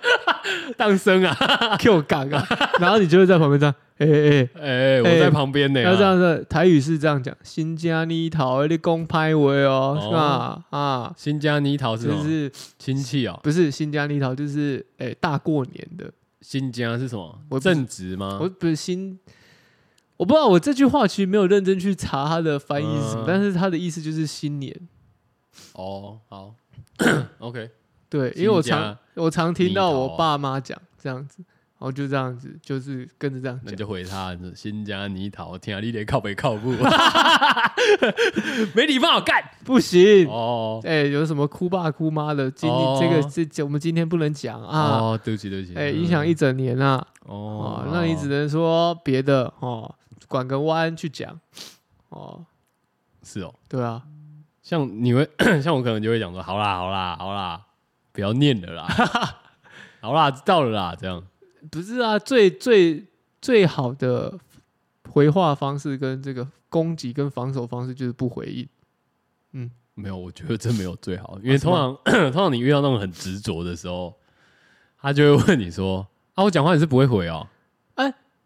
[SPEAKER 1] 当生啊，
[SPEAKER 2] ，Q 港啊。然后你就会在旁边这样，哎哎哎。
[SPEAKER 1] 哎、我在旁边呢、
[SPEAKER 2] 然后这样的台语是这样讲：新加你头你公拍我哦，是吧？啊，
[SPEAKER 1] 新加泥桃是什
[SPEAKER 2] 就
[SPEAKER 1] 么？
[SPEAKER 2] 是
[SPEAKER 1] 亲戚哦，
[SPEAKER 2] 不是新加你头，就是哎大过年的，
[SPEAKER 1] 新加是什么
[SPEAKER 2] 我？不
[SPEAKER 1] 正直吗？
[SPEAKER 2] 我不是新，我不知道我这句话其实没有认真去查它的翻译是什么，
[SPEAKER 1] 嗯
[SPEAKER 2] 但是它的意思就是新年。
[SPEAKER 1] 哦，好 ，OK，
[SPEAKER 2] 对，因
[SPEAKER 1] 新
[SPEAKER 2] 为我
[SPEAKER 1] 家
[SPEAKER 2] 常我常听到
[SPEAKER 1] 泥桃
[SPEAKER 2] 我爸妈讲这样子，然后就这样子，就是跟着这样
[SPEAKER 1] 那
[SPEAKER 2] 讲
[SPEAKER 1] 你。就回他新加泥桃，天啊，你得靠北靠 步，没礼貌，干
[SPEAKER 2] 不行，
[SPEAKER 1] 哦
[SPEAKER 2] 哎、有什么哭爸哭妈的，今
[SPEAKER 1] 哦
[SPEAKER 2] 这个这这我们今天不能讲啊，
[SPEAKER 1] 哦，对不起对不起，
[SPEAKER 2] 哎、影响一整年啊，
[SPEAKER 1] 哦
[SPEAKER 2] 哦，，那你只能说别的哦，拐个弯去讲，哦，
[SPEAKER 1] 是哦，
[SPEAKER 2] 对啊，
[SPEAKER 1] 像你会 像我可能就会讲说，好啦好啦好啦，不要念了啦， 好啦知道了啦，这样
[SPEAKER 2] 不是啊，最最最好的回话方式跟这个攻击跟防守方式就是不回应，
[SPEAKER 1] 没有，我觉得这没有最好，因
[SPEAKER 2] 啊
[SPEAKER 1] 为通常 通常你遇到那种很执着的时候，他就会问你说，啊，我讲话你是不会回哦，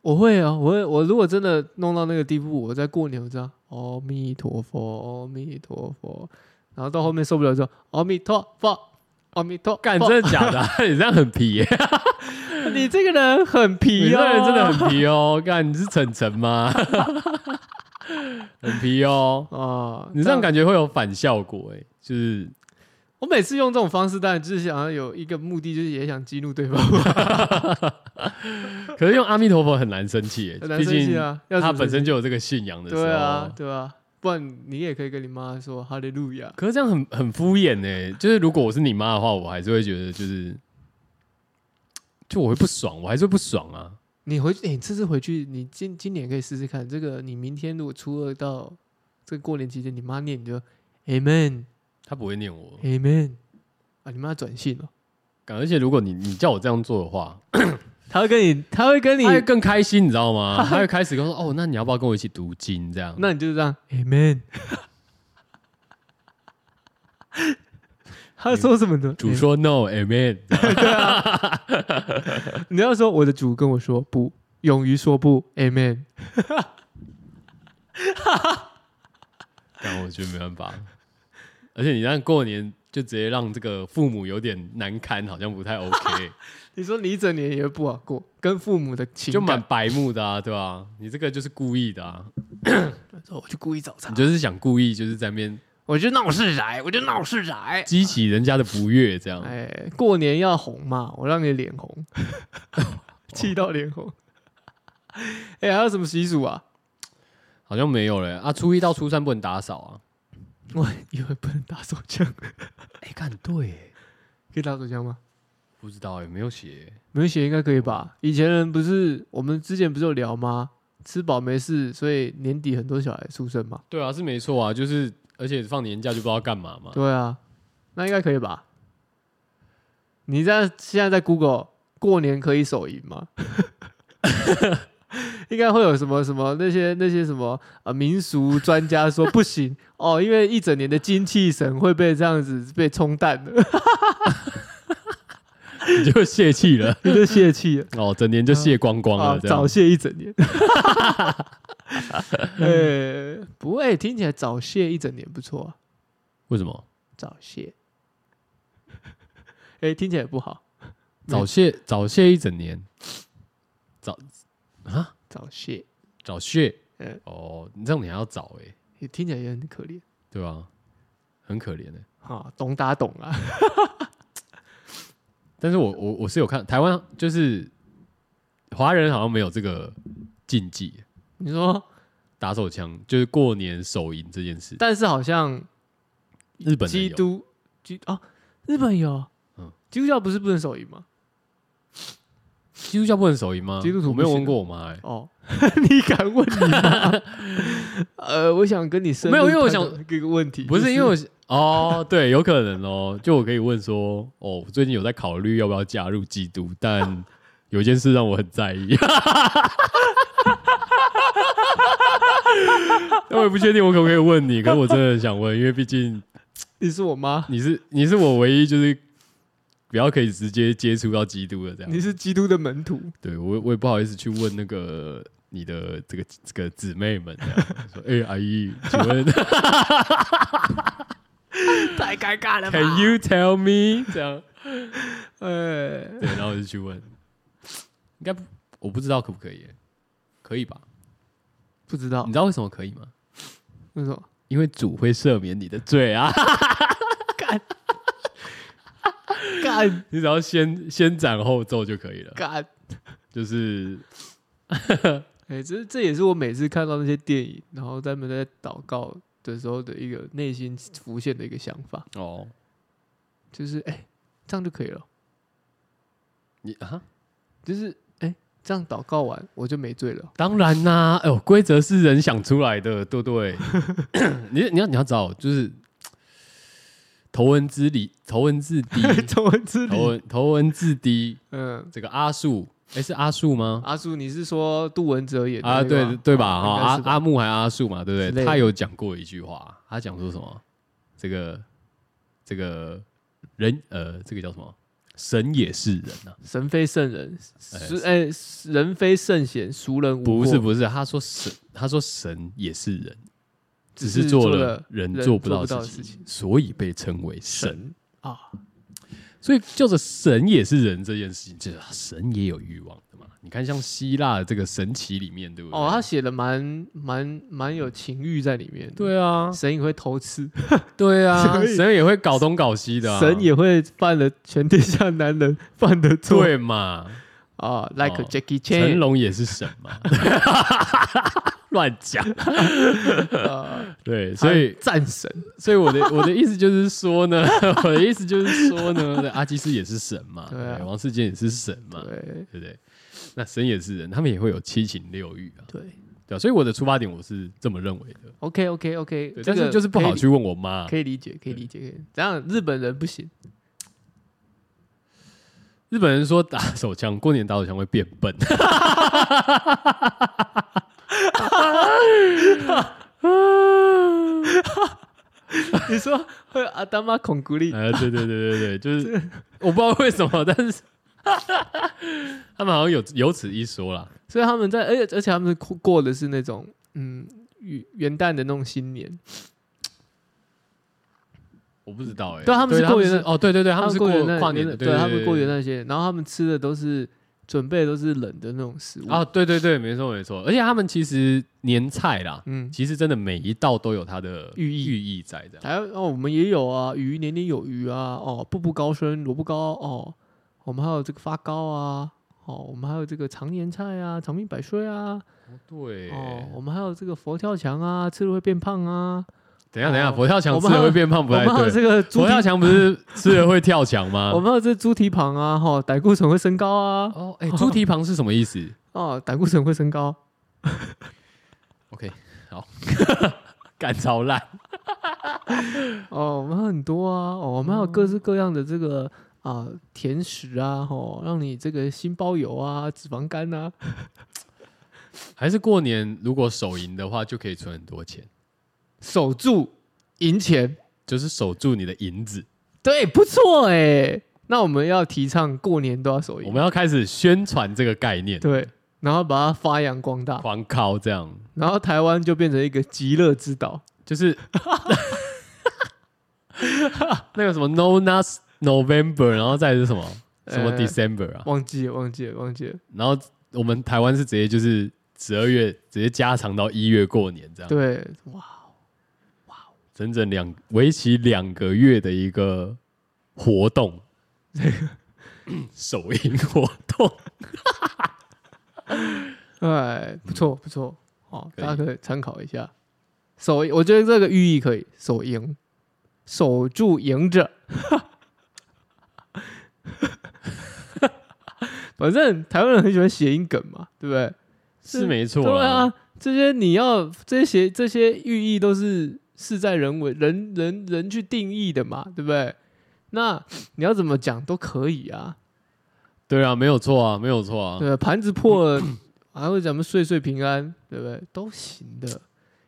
[SPEAKER 2] 我会啊，我会，我如果真的弄到那个地步，我在过年我这样，阿弥陀佛，阿弥陀佛，然后到后面受不了之后，阿弥陀佛，阿弥陀佛，
[SPEAKER 1] 干真的假的啊？ 你这样很皮耶。
[SPEAKER 2] 你这个人很
[SPEAKER 1] 你
[SPEAKER 2] 皮
[SPEAKER 1] 这
[SPEAKER 2] 哦，
[SPEAKER 1] 个人真的很皮哦，干你是晨晨吗？ 很皮哦，
[SPEAKER 2] 啊，
[SPEAKER 1] 你这样
[SPEAKER 2] 但
[SPEAKER 1] 感觉会有反效果哎、就是
[SPEAKER 2] 我每次用这种方式，当然就是想要有一个目的，就是也想激怒对方，
[SPEAKER 1] 可是用阿弥陀佛很难生气、
[SPEAKER 2] 很
[SPEAKER 1] 欸，
[SPEAKER 2] 难
[SPEAKER 1] 毕
[SPEAKER 2] 生气
[SPEAKER 1] 竟
[SPEAKER 2] 啊，要怎
[SPEAKER 1] 他
[SPEAKER 2] 么
[SPEAKER 1] 本身
[SPEAKER 2] 生气
[SPEAKER 1] 就有这个信仰的时候，
[SPEAKER 2] 对啊，对啊，不然你也可以跟你妈说哈利路亚，
[SPEAKER 1] 可是这样很很敷衍哎、就是如果我是你妈的话，我还是会觉得就是，就我会不爽，我还是会不爽啊。
[SPEAKER 2] 你回去，哎、你这次回去，你今今年可以试试看。这个你明天如果初二到这个过年期间，你妈念你就 Amen
[SPEAKER 1] 他不会念
[SPEAKER 2] 哦
[SPEAKER 1] 我，
[SPEAKER 2] Amen 啊，你妈转信了，
[SPEAKER 1] 干而且如果你你叫我这样做的话，
[SPEAKER 2] 她会跟你，她会跟你
[SPEAKER 1] 他，会更开心，你知道吗？他会开始跟我说哦，那你要不要跟我一起读经这样？
[SPEAKER 2] 那你就这样 Amen。她说什么呢？
[SPEAKER 1] 主说哦 no，amen。
[SPEAKER 2] 欸你要说我的主跟我说不，勇于说不，Amen。
[SPEAKER 1] 但我觉得没办法。而且你让过年就直接让这个父母有点难堪，好像不太 OK，
[SPEAKER 2] 你说你一整年也会不好过，跟父母的情
[SPEAKER 1] 就蛮
[SPEAKER 2] 感，
[SPEAKER 1] 白目的啊，对吧、你这个就是故意的啊，
[SPEAKER 2] 哦我就故意找茬
[SPEAKER 1] 你，就是想故意就是在那边
[SPEAKER 2] 我就闹事来，我就闹事来。
[SPEAKER 1] 激起人家的不悦，这样。
[SPEAKER 2] 哎，过年要红嘛，我让你脸 红，气到脸红。哎，还有什么习俗啊？
[SPEAKER 1] 好像没有了啊，初一到初三不能打扫啊。
[SPEAKER 2] 我以为不能打手枪，
[SPEAKER 1] 哎、看对耶，
[SPEAKER 2] 可以打手枪吗？
[SPEAKER 1] 不知道有没有写
[SPEAKER 2] 没写应该可以吧？以前人不是我们之前不是有聊吗？吃饱没事，所以年底很多小孩出生嘛。
[SPEAKER 1] 对啊，是没错啊，就是而且放年假就不知道干嘛嘛。
[SPEAKER 2] 对啊，那应该可以吧？你在现在在 Google 过年可以手淫吗？ 应该会有什么什么那些那些什么呃民俗专家说不行 哦，因为一整年的精气神会被这样子被冲淡的，
[SPEAKER 1] 你就泄气 了
[SPEAKER 2] 你就泄气了。
[SPEAKER 1] 哦，整年就泄光光
[SPEAKER 2] 啊
[SPEAKER 1] 了，，这样
[SPEAKER 2] 早泄一整 年， 呃、不会，听起来早泄一整年不错、啊，
[SPEAKER 1] 为什么？
[SPEAKER 2] 早泄，哎、听起来不好，
[SPEAKER 1] 早泄早泄一整年，早啊
[SPEAKER 2] 早泄，
[SPEAKER 1] 早泄
[SPEAKER 2] 嗯，
[SPEAKER 1] 哦，你这样你还要早哎、
[SPEAKER 2] 也听起来也很可怜
[SPEAKER 1] 对吧、很可怜哎、
[SPEAKER 2] 啊，懂打懂啊，
[SPEAKER 1] 但是我我我是有看台湾，就是华人好像没有这个禁忌，
[SPEAKER 2] 你说，
[SPEAKER 1] 打手枪就是过年手淫这件事。
[SPEAKER 2] 但是好像
[SPEAKER 1] 日本人
[SPEAKER 2] 基
[SPEAKER 1] 有
[SPEAKER 2] 督基哦，日本有，
[SPEAKER 1] 嗯
[SPEAKER 2] 基督教不是不能手淫吗？
[SPEAKER 1] 基督教不能手淫吗？
[SPEAKER 2] 基督徒
[SPEAKER 1] 我没有
[SPEAKER 2] 不行
[SPEAKER 1] 问过我妈、欸，
[SPEAKER 2] 哦， 你敢问你吗？ 呃，我想跟你深
[SPEAKER 1] 没
[SPEAKER 2] 入
[SPEAKER 1] 有因为我
[SPEAKER 2] 探讨
[SPEAKER 1] 想
[SPEAKER 2] 这个问题，
[SPEAKER 1] 不
[SPEAKER 2] 就是
[SPEAKER 1] 因为我哦，对，有可能哦。就我可以问说，哦，我最近有在考虑要不要加入基督， 但有一件事让我很在意， 但我也不确定我可不可以问你，可是我真的很想问，因为毕竟
[SPEAKER 2] 你是我妈，
[SPEAKER 1] 你是你是我唯一就是比较可以直接接触到基督的这样
[SPEAKER 2] 你。是基督的门 徒，
[SPEAKER 1] 对我我也不好意思去问那个你的这个这个姊妹们这样，说哎、阿姨，请问
[SPEAKER 2] 太尴尬了
[SPEAKER 1] Can you tell me 这样？
[SPEAKER 2] 呃，
[SPEAKER 1] 对，然后我就去问，应该不我不知道可不可以耶，可以吧？
[SPEAKER 2] 不知道
[SPEAKER 1] 你，知道为什么可以吗？
[SPEAKER 2] 为什么？
[SPEAKER 1] 因为主会赦免你的罪啊！
[SPEAKER 2] 干
[SPEAKER 1] 你只要先先斩后奏就可以了，
[SPEAKER 2] 干。
[SPEAKER 1] 就是
[SPEAKER 2] 哎、这这也是我每次看到那些电影，然后他们在祷告的时候的一个内心浮现的一个想法，
[SPEAKER 1] 哦，
[SPEAKER 2] 就是哎、这样就可以了。
[SPEAKER 1] 你啊，
[SPEAKER 2] 就是哎、这样祷告完我就没罪 了。
[SPEAKER 1] 当然啦、哎呦，规则是人想出来的，对不对？ 你你要你要找就是头文字 D，头 文字 D，
[SPEAKER 2] 中文字
[SPEAKER 1] 头文头文字 D，
[SPEAKER 2] 嗯，
[SPEAKER 1] 这个阿树，哎、是阿树吗？
[SPEAKER 2] 阿叔，你是说杜文泽演的
[SPEAKER 1] 啊，
[SPEAKER 2] 那个
[SPEAKER 1] 对
[SPEAKER 2] 吗哦
[SPEAKER 1] 对吧？哈、啊
[SPEAKER 2] 应该是
[SPEAKER 1] 阿
[SPEAKER 2] 吧
[SPEAKER 1] 阿木还阿树嘛，对
[SPEAKER 2] 之
[SPEAKER 1] 不
[SPEAKER 2] 类
[SPEAKER 1] 对？
[SPEAKER 2] 的
[SPEAKER 1] 他有讲过一句话，他讲说什么？这个这个人呃，这个叫什么？神也是人啊呐、
[SPEAKER 2] 神非圣人，
[SPEAKER 1] 哎
[SPEAKER 2] 是哎、人非圣贤，孰人无过？
[SPEAKER 1] 不是不是，他说神，他说神也是人，只
[SPEAKER 2] 是
[SPEAKER 1] 是做
[SPEAKER 2] 做
[SPEAKER 1] 了
[SPEAKER 2] 了
[SPEAKER 1] 人
[SPEAKER 2] 人
[SPEAKER 1] 做不
[SPEAKER 2] 做
[SPEAKER 1] 到
[SPEAKER 2] 不到
[SPEAKER 1] 的
[SPEAKER 2] 的
[SPEAKER 1] 事
[SPEAKER 2] 事
[SPEAKER 1] 情
[SPEAKER 2] 情，
[SPEAKER 1] 所以被称为神。
[SPEAKER 2] 神啊，
[SPEAKER 1] 所以就着神也是人这件事情，就是神也有欲望的嘛。你看，像希腊的这个神奇里面，对不对？
[SPEAKER 2] 哦，他写的蛮蛮蛮有情欲在里面的。
[SPEAKER 1] 对 啊，
[SPEAKER 2] 神也会 偷吃，
[SPEAKER 1] 对啊，
[SPEAKER 2] 所以
[SPEAKER 1] 神也会搞东搞西的、啊，
[SPEAKER 2] 神也会犯了全天下男人 犯的错
[SPEAKER 1] 对嘛？
[SPEAKER 2] 啊，like
[SPEAKER 1] 哦
[SPEAKER 2] Jackie
[SPEAKER 1] 成
[SPEAKER 2] Chan
[SPEAKER 1] 龙也是神 嘛，乱讲。
[SPEAKER 2] 啊，
[SPEAKER 1] 对，所以
[SPEAKER 2] 他战神
[SPEAKER 1] 所以我的我的意思就是说呢，我的意思就是说呢，对阿基斯也是神嘛，
[SPEAKER 2] 对啊
[SPEAKER 1] 对王世坚也是神嘛，
[SPEAKER 2] 对
[SPEAKER 1] 对不对？那神也是人，他们也会有七情六欲啊，
[SPEAKER 2] 对
[SPEAKER 1] 对啊，所以我的出发点我是这么认为的，
[SPEAKER 2] ，OK OK OK，
[SPEAKER 1] 对，
[SPEAKER 2] 这
[SPEAKER 1] 但
[SPEAKER 2] 个
[SPEAKER 1] 是就是不
[SPEAKER 2] 可以
[SPEAKER 1] 好
[SPEAKER 2] 理
[SPEAKER 1] 去问我妈。
[SPEAKER 2] 可以理解，可以理解，可以。这样日本人不行，
[SPEAKER 1] 日本人说打手枪，过年打手枪会变 笨。
[SPEAKER 2] 你说会啊阿达玛孔古力，
[SPEAKER 1] 哎，对对对对对，就是我不知道为什么，但是他们好像有有此一说啦。
[SPEAKER 2] 所以他们在，而且而且他们过过的是那种嗯元元旦的那种新年，
[SPEAKER 1] 我不知道哎、欸，
[SPEAKER 2] 对啊他们是过元旦
[SPEAKER 1] 哦，对对对，他们是过
[SPEAKER 2] 元旦
[SPEAKER 1] 跨年的，
[SPEAKER 2] 元旦对，他们过元
[SPEAKER 1] 旦
[SPEAKER 2] 旦些，然后他们吃的都是准备的都是冷的那种食物
[SPEAKER 1] 啊，哦对对对，没错没错，而且他们其实年菜啦，
[SPEAKER 2] 嗯，
[SPEAKER 1] 其实真的每一道都有它的
[SPEAKER 2] 寓意
[SPEAKER 1] 寓意在这样。
[SPEAKER 2] 台湾哦，我们也有啊，鱼年年有余啊，哦，步步高升，萝卜糕哦，我们还有这个发糕啊，哦，我们还有这个常年菜啊，长命百岁啊，
[SPEAKER 1] 哦对，
[SPEAKER 2] 哦，我们还有这个佛跳墙啊，吃了会变胖啊，
[SPEAKER 1] 等一下等一下，
[SPEAKER 2] 哦
[SPEAKER 1] 佛跳墙
[SPEAKER 2] 我
[SPEAKER 1] 吃
[SPEAKER 2] 们
[SPEAKER 1] 了
[SPEAKER 2] 还
[SPEAKER 1] 会
[SPEAKER 2] 有
[SPEAKER 1] 变胖不
[SPEAKER 2] 我
[SPEAKER 1] 太
[SPEAKER 2] 们还有
[SPEAKER 1] 哎对。
[SPEAKER 2] 这个猪
[SPEAKER 1] 佛
[SPEAKER 2] 蹄
[SPEAKER 1] 跳，墙不是吃了会跳墙吗
[SPEAKER 2] 我？们还有这个猪蹄膀啊，哈、胆固醇会升高啊，
[SPEAKER 1] 哦，哎，猪蹄膀是什么意思
[SPEAKER 2] 哦，胆固醇会升高，
[SPEAKER 1] ？OK，好， 干超烂。
[SPEAKER 2] 哦，我们还有很多啊，哦，我们还有各式各样的这个啊、甜食啊，吼、让你这个心包油啊，脂肪肝啊，
[SPEAKER 1] 还是过年如果手赢的话，就可以存很多钱，
[SPEAKER 2] 守住赢钱，
[SPEAKER 1] 就是守住你的银子。
[SPEAKER 2] 对，不错哎。那我们要提倡过年都要守
[SPEAKER 1] 我
[SPEAKER 2] 赢，
[SPEAKER 1] 们要开始宣传这个概念，
[SPEAKER 2] 对，然后把它发扬光大，
[SPEAKER 1] 狂靠这样，
[SPEAKER 2] 然后台湾就变成一个极乐之岛。
[SPEAKER 1] 就是 那个什么 No Nuts November，然后再是什么什么
[SPEAKER 2] 呃
[SPEAKER 1] December 啊，
[SPEAKER 2] 忘记了，忘记了，忘记了。
[SPEAKER 1] 然后我们台湾是直接就是十二月直接加长到一月过年这样，
[SPEAKER 2] 对，哇，
[SPEAKER 1] 整整两为期两个月的一个活 动，首映活动，
[SPEAKER 2] 哎，不错，不错，哦，
[SPEAKER 1] 可以
[SPEAKER 2] 大家可以参考一下。守，我觉得这个寓意可以，守赢，守住赢者。 反正台湾人很喜欢谐音梗嘛，对不对？
[SPEAKER 1] 是没错
[SPEAKER 2] 对
[SPEAKER 1] 啦
[SPEAKER 2] 啊，这些你要这些这些寓意都是事在人为，人人人去定义的嘛，对不对？那你要怎么讲都可以啊，
[SPEAKER 1] 对啊，没有错啊，没有错啊，
[SPEAKER 2] 对，盘子破 了，还会咱们岁岁平安，对不对？都行的，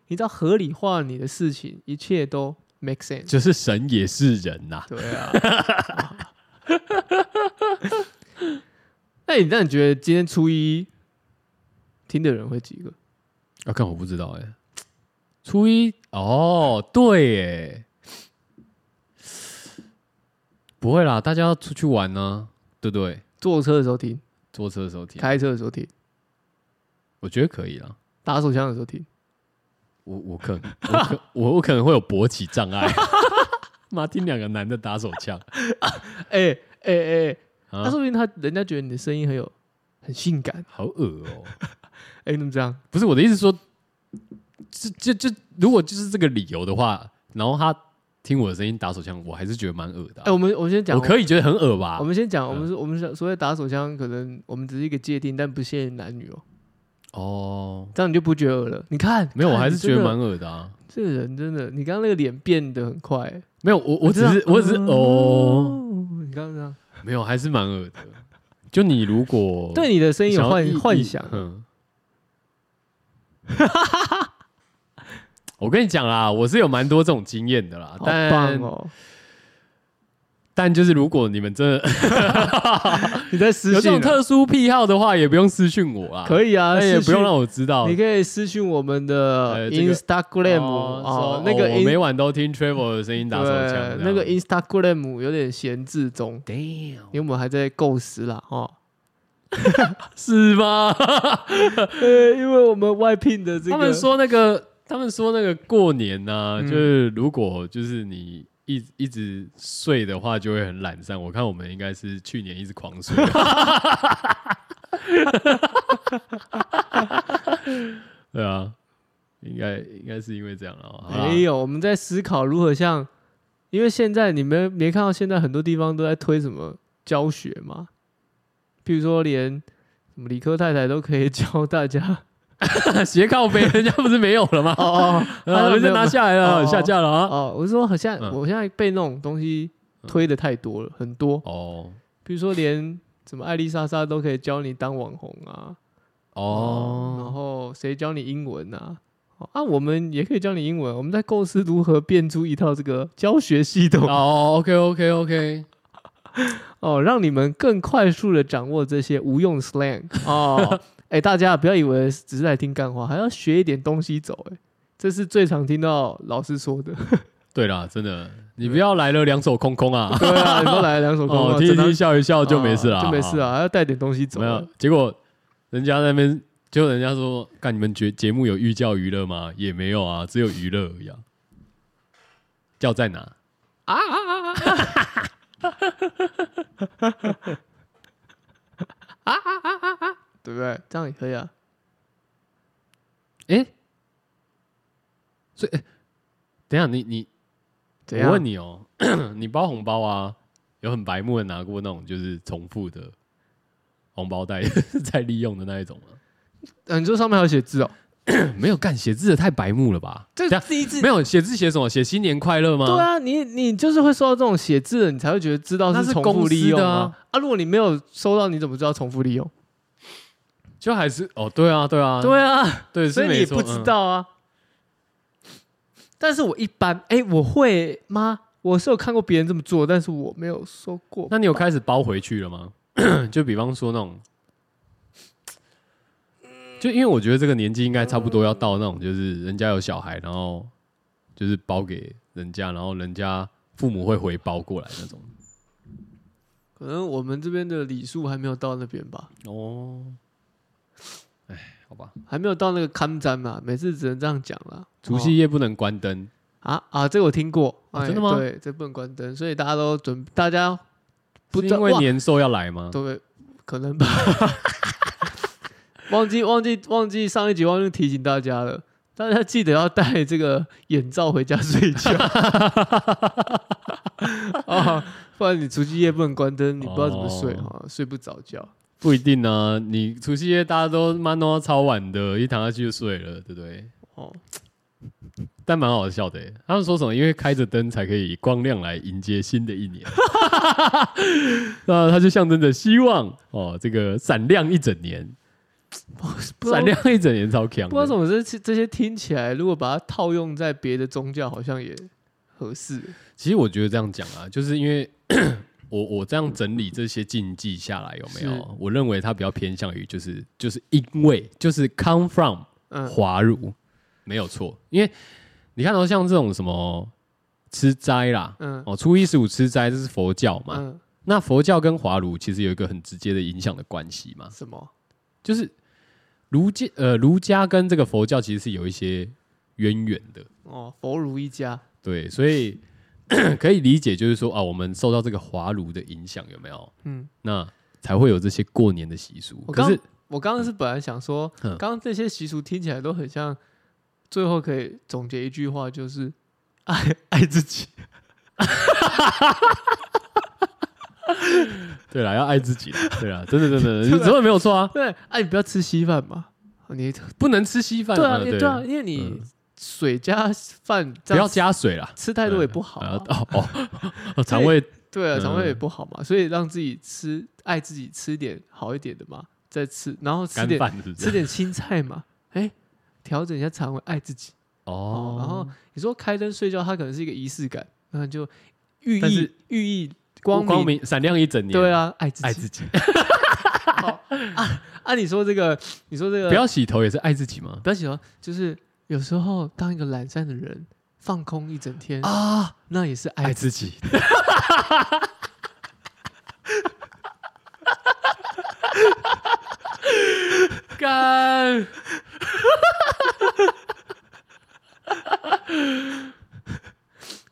[SPEAKER 2] 你只要合理化你的事情，一切都 make sense。
[SPEAKER 1] 就是神也是人呐、
[SPEAKER 2] 对啊。 那你那你觉得今天初一听的人会几个？
[SPEAKER 1] 啊，看我不知道哎、初一哦，对哎，不会啦，大家要出去玩呢、对不对？
[SPEAKER 2] 坐车的时候听，
[SPEAKER 1] 坐车的时候听，
[SPEAKER 2] 开车的时候听，
[SPEAKER 1] 我觉得可以啦。
[SPEAKER 2] 打手枪的时候听。
[SPEAKER 1] 我我可能我可 我我可能会有勃起障 碍。妈，听两个男的打手枪，
[SPEAKER 2] 哎哎哎，
[SPEAKER 1] 啊
[SPEAKER 2] 那说不定他人家觉得你的声音很有很性感。
[SPEAKER 1] 好恶哦、
[SPEAKER 2] 哎、你怎么这样？
[SPEAKER 1] 不是我的意思说，这这这，如果就是这个理由的话，然后他听我的声音打手枪，我还是觉得蛮恶的
[SPEAKER 2] 哎、
[SPEAKER 1] 啊、
[SPEAKER 2] 我们我们先讲，
[SPEAKER 1] 我可以觉得很恶吧
[SPEAKER 2] 我们先讲，
[SPEAKER 1] 嗯
[SPEAKER 2] 我们说我们说所谓打手枪，可能我们只是一个界定，但不限于男女哦、
[SPEAKER 1] 哦，
[SPEAKER 2] 这样你就不觉得恶了。你看，
[SPEAKER 1] 没有，
[SPEAKER 2] 看
[SPEAKER 1] 我还是
[SPEAKER 2] 你
[SPEAKER 1] 觉
[SPEAKER 2] 真
[SPEAKER 1] 得
[SPEAKER 2] 的
[SPEAKER 1] 蛮恶的啊。
[SPEAKER 2] 这个人真的，你刚刚那个脸变得很快、欸
[SPEAKER 1] 没有，我我只
[SPEAKER 2] 你
[SPEAKER 1] 是
[SPEAKER 2] 知道嗯
[SPEAKER 1] 我只是哦，
[SPEAKER 2] 你刚刚这样
[SPEAKER 1] 没有，还是蛮恶的。就你如果
[SPEAKER 2] 对你的声音有
[SPEAKER 1] 想要
[SPEAKER 2] 幻
[SPEAKER 1] 意
[SPEAKER 2] 幻
[SPEAKER 1] 意
[SPEAKER 2] 想，啊
[SPEAKER 1] 嗯， 我跟你讲啦，我是有蛮多这种经验的啦，
[SPEAKER 2] 好
[SPEAKER 1] 但
[SPEAKER 2] 棒哦！
[SPEAKER 1] 但就是如果你们真的
[SPEAKER 2] 你在私
[SPEAKER 1] 有这种
[SPEAKER 2] 信啊、
[SPEAKER 1] 特殊癖好的话，也不用私讯我啦，
[SPEAKER 2] 可以啊，
[SPEAKER 1] 但也
[SPEAKER 2] 私
[SPEAKER 1] 不
[SPEAKER 2] 讯
[SPEAKER 1] 用让我知道
[SPEAKER 2] 你。可以私信我们的
[SPEAKER 1] 呃这个
[SPEAKER 2] Instagram
[SPEAKER 1] 哦
[SPEAKER 2] 哦
[SPEAKER 1] 说，
[SPEAKER 2] 那个
[SPEAKER 1] 哦
[SPEAKER 2] in-
[SPEAKER 1] 我每晚都听 Travel 的声音打手枪
[SPEAKER 2] 对，
[SPEAKER 1] 这样，
[SPEAKER 2] 那个 Instagram 有点闲置中，
[SPEAKER 1] damn
[SPEAKER 2] 因为我们还在构思啦哦。
[SPEAKER 1] 是吗？
[SPEAKER 2] 呃，因为我们外聘的 这
[SPEAKER 1] 他们说那个，他们说那个过年呢、
[SPEAKER 2] 嗯
[SPEAKER 1] 就是如果就是你一直一直睡的话，就会很懒散。我看我们应该是去年一直狂 睡， 对啊，应该应该是因为这样了。好啦
[SPEAKER 2] 没有，我们在思考如何像，因为现在你们没看到现在很多地方都在推什么教学嘛，譬如说连什么理科太太都可以教大家
[SPEAKER 1] 斜靠背，人家不是没有了吗？
[SPEAKER 2] 哦哦
[SPEAKER 1] 啊，人家拿下来
[SPEAKER 2] 哦
[SPEAKER 1] 了，下架了啊。
[SPEAKER 2] 哦，我是说很像，
[SPEAKER 1] 嗯
[SPEAKER 2] 我现在被那种东西推的太多了，很多，
[SPEAKER 1] 哦
[SPEAKER 2] 譬如说连什么艾丽莎莎都可以教你当网红啊，然
[SPEAKER 1] 哦，
[SPEAKER 2] 后谁教你英文啊？哦啊，我们也可以教你英文。我们在构思如何变出一套这个教学系统
[SPEAKER 1] 哦，OK OK OK，
[SPEAKER 2] 哦，让你们更快速的掌握这些无用 slang 哦。哎，大家不要以为只是来听干话，还要学一点东西走。哎，这是最常听到老师说 的。
[SPEAKER 1] 对啦，真的，你不要来了两手空空啊。
[SPEAKER 2] 对啊，你都来了两首歌，
[SPEAKER 1] 哦，
[SPEAKER 2] 哇
[SPEAKER 1] 听一
[SPEAKER 2] 真的
[SPEAKER 1] 听笑一笑哦就没事了，
[SPEAKER 2] 啊就没事啊，还要带点东西走
[SPEAKER 1] 没。有，结果人家那边就人家说，干你们节节目有寓教于乐吗？也没有啊，只有娱乐而已、啊。教在哪？
[SPEAKER 2] 啊啊啊啊！啊啊啊啊啊！对不对？这样也可以啊。
[SPEAKER 1] 哎、所以、诶等一下你你，
[SPEAKER 2] 怎样？
[SPEAKER 1] 我问你哦、 你包红包啊，有很白目的拿过那种就是重复的红包袋 再利用的那一种 吗？
[SPEAKER 2] 嗯，你说上面还有写字哦，
[SPEAKER 1] 没有干写字的太白目了吧？
[SPEAKER 2] 这
[SPEAKER 1] 样
[SPEAKER 2] 第一字
[SPEAKER 1] 没有写字写什么？写新年快乐吗？
[SPEAKER 2] 对啊，你你就是会收到这种写字的，你才会觉得知道
[SPEAKER 1] 那是
[SPEAKER 2] 重复利
[SPEAKER 1] 公司
[SPEAKER 2] 用
[SPEAKER 1] 的
[SPEAKER 2] 啊
[SPEAKER 1] 啊。
[SPEAKER 2] 啊，如果你没有收到，你怎么知道重复利用？
[SPEAKER 1] 就还是哦，对啊，对啊，
[SPEAKER 2] 对啊，
[SPEAKER 1] 对，
[SPEAKER 2] 所以
[SPEAKER 1] 是
[SPEAKER 2] 你
[SPEAKER 1] 没
[SPEAKER 2] 也
[SPEAKER 1] 错
[SPEAKER 2] 不知、
[SPEAKER 1] 嗯
[SPEAKER 2] 道啊。但是我一般，哎，我会吗？我是有看过别人这么做，但是我没有说过。
[SPEAKER 1] 那你有开始包回去了吗？ 就比方说那种，就因为我觉得这个年纪应该差不多要到那种，就是人家有小孩，然后就是包给人家，然后人家父母会回包过来那种。
[SPEAKER 2] 可能我们这边的礼数还没有到那边吧，
[SPEAKER 1] 哦，哎，好吧，
[SPEAKER 2] 还没有到那个看展嘛，每次只能这样讲啦。哦
[SPEAKER 1] 除夕夜不能关灯，
[SPEAKER 2] 啊啊，这个我听过，
[SPEAKER 1] 啊
[SPEAKER 2] 哎
[SPEAKER 1] 真的吗
[SPEAKER 2] 对，这不能关灯，所以大家都准，大家
[SPEAKER 1] 不
[SPEAKER 2] 不知
[SPEAKER 1] 是
[SPEAKER 2] 道
[SPEAKER 1] 因为
[SPEAKER 2] 哇
[SPEAKER 1] 年兽要来吗？
[SPEAKER 2] 对，可能吧。 忘记忘记忘记上一集忘记提醒大家了，大家记得要戴这个眼罩回家睡觉 啊，不然你除夕夜不能关灯，你不知道怎么睡
[SPEAKER 1] 哦
[SPEAKER 2] 啊，睡不着觉。
[SPEAKER 1] 不一定啊，你除夕夜大家都妈弄到超晚的，一躺下去就睡了，对不对？
[SPEAKER 2] 哦，
[SPEAKER 1] 但蛮好笑的欸，他们说什么？因为开着灯才可以光亮来迎接新的 一年，那它就象征着希望哦，这个闪亮一整年，
[SPEAKER 2] 不知道
[SPEAKER 1] 闪亮一整年超强的。
[SPEAKER 2] 不知道怎么这这些听起来，如果把它套用在别的宗教，好像也合适。
[SPEAKER 1] 其实我觉得这样讲啊，就是因为 我我这样整理这些禁忌下来，有没
[SPEAKER 2] 是
[SPEAKER 1] 有？我认为它比较偏向于就是就是因为就是 come from
[SPEAKER 2] 嗯，
[SPEAKER 1] 华儒，没有错。因为你看到像这种什么吃斋啦，
[SPEAKER 2] 嗯
[SPEAKER 1] 哦，初一十五吃斋这是佛教嘛，
[SPEAKER 2] 嗯，
[SPEAKER 1] 那佛教跟华儒其实有一个很直接的影响的关系嘛，
[SPEAKER 2] 什么？
[SPEAKER 1] 就是儒家呃儒家跟这个佛教其实是有一些渊源的，
[SPEAKER 2] 哦，佛如一家。
[SPEAKER 1] 对，所以 可以理解就是说啊，我们受到这个华儒的影响有没有？
[SPEAKER 2] 嗯，
[SPEAKER 1] 那才会有这些过年的习俗。
[SPEAKER 2] 我
[SPEAKER 1] 可
[SPEAKER 2] 刚
[SPEAKER 1] 是
[SPEAKER 2] 我刚刚是本来想说，
[SPEAKER 1] 嗯
[SPEAKER 2] 刚刚这些习俗听起来都很像，最后可以总结一句话，就是爱爱自己。
[SPEAKER 1] 对啦，要爱自己啦，对啦，真的真 的，真的没有错啊，
[SPEAKER 2] 对，哎、你不要吃稀饭嘛，你
[SPEAKER 1] 不能吃稀饭，
[SPEAKER 2] 对啊，
[SPEAKER 1] 嗯
[SPEAKER 2] 你对啊，因为你水加饭这
[SPEAKER 1] 不
[SPEAKER 2] 样
[SPEAKER 1] 要加水啦，
[SPEAKER 2] 吃太多也不好、
[SPEAKER 1] 啊
[SPEAKER 2] 啊，
[SPEAKER 1] 哦哦，哦肠胃
[SPEAKER 2] 对啊，
[SPEAKER 1] 嗯
[SPEAKER 2] 肠胃也不好嘛，所以让自己吃爱自己吃点好一点的嘛，再吃，然后吃
[SPEAKER 1] 干
[SPEAKER 2] 点
[SPEAKER 1] 饭是不
[SPEAKER 2] 吃
[SPEAKER 1] 是？
[SPEAKER 2] 点青菜嘛，哎、调整一下肠胃，爱自己。哦，然后你说开灯睡觉，它可能是一个仪式感，那就寓
[SPEAKER 1] 但
[SPEAKER 2] 意
[SPEAKER 1] 是
[SPEAKER 2] 寓意光明，
[SPEAKER 1] 光明闪亮一整年，
[SPEAKER 2] 对，啊，爱自己。
[SPEAKER 1] 爱自己。
[SPEAKER 2] 啊，你说这个，你说这个，
[SPEAKER 1] 不要洗头也是爱自己吗？
[SPEAKER 2] 不要喜欢，就是有时候当一个懒散的人，放空一整天，
[SPEAKER 1] 啊，
[SPEAKER 2] 那也是爱
[SPEAKER 1] 爱
[SPEAKER 2] 自己。
[SPEAKER 1] 自己。干，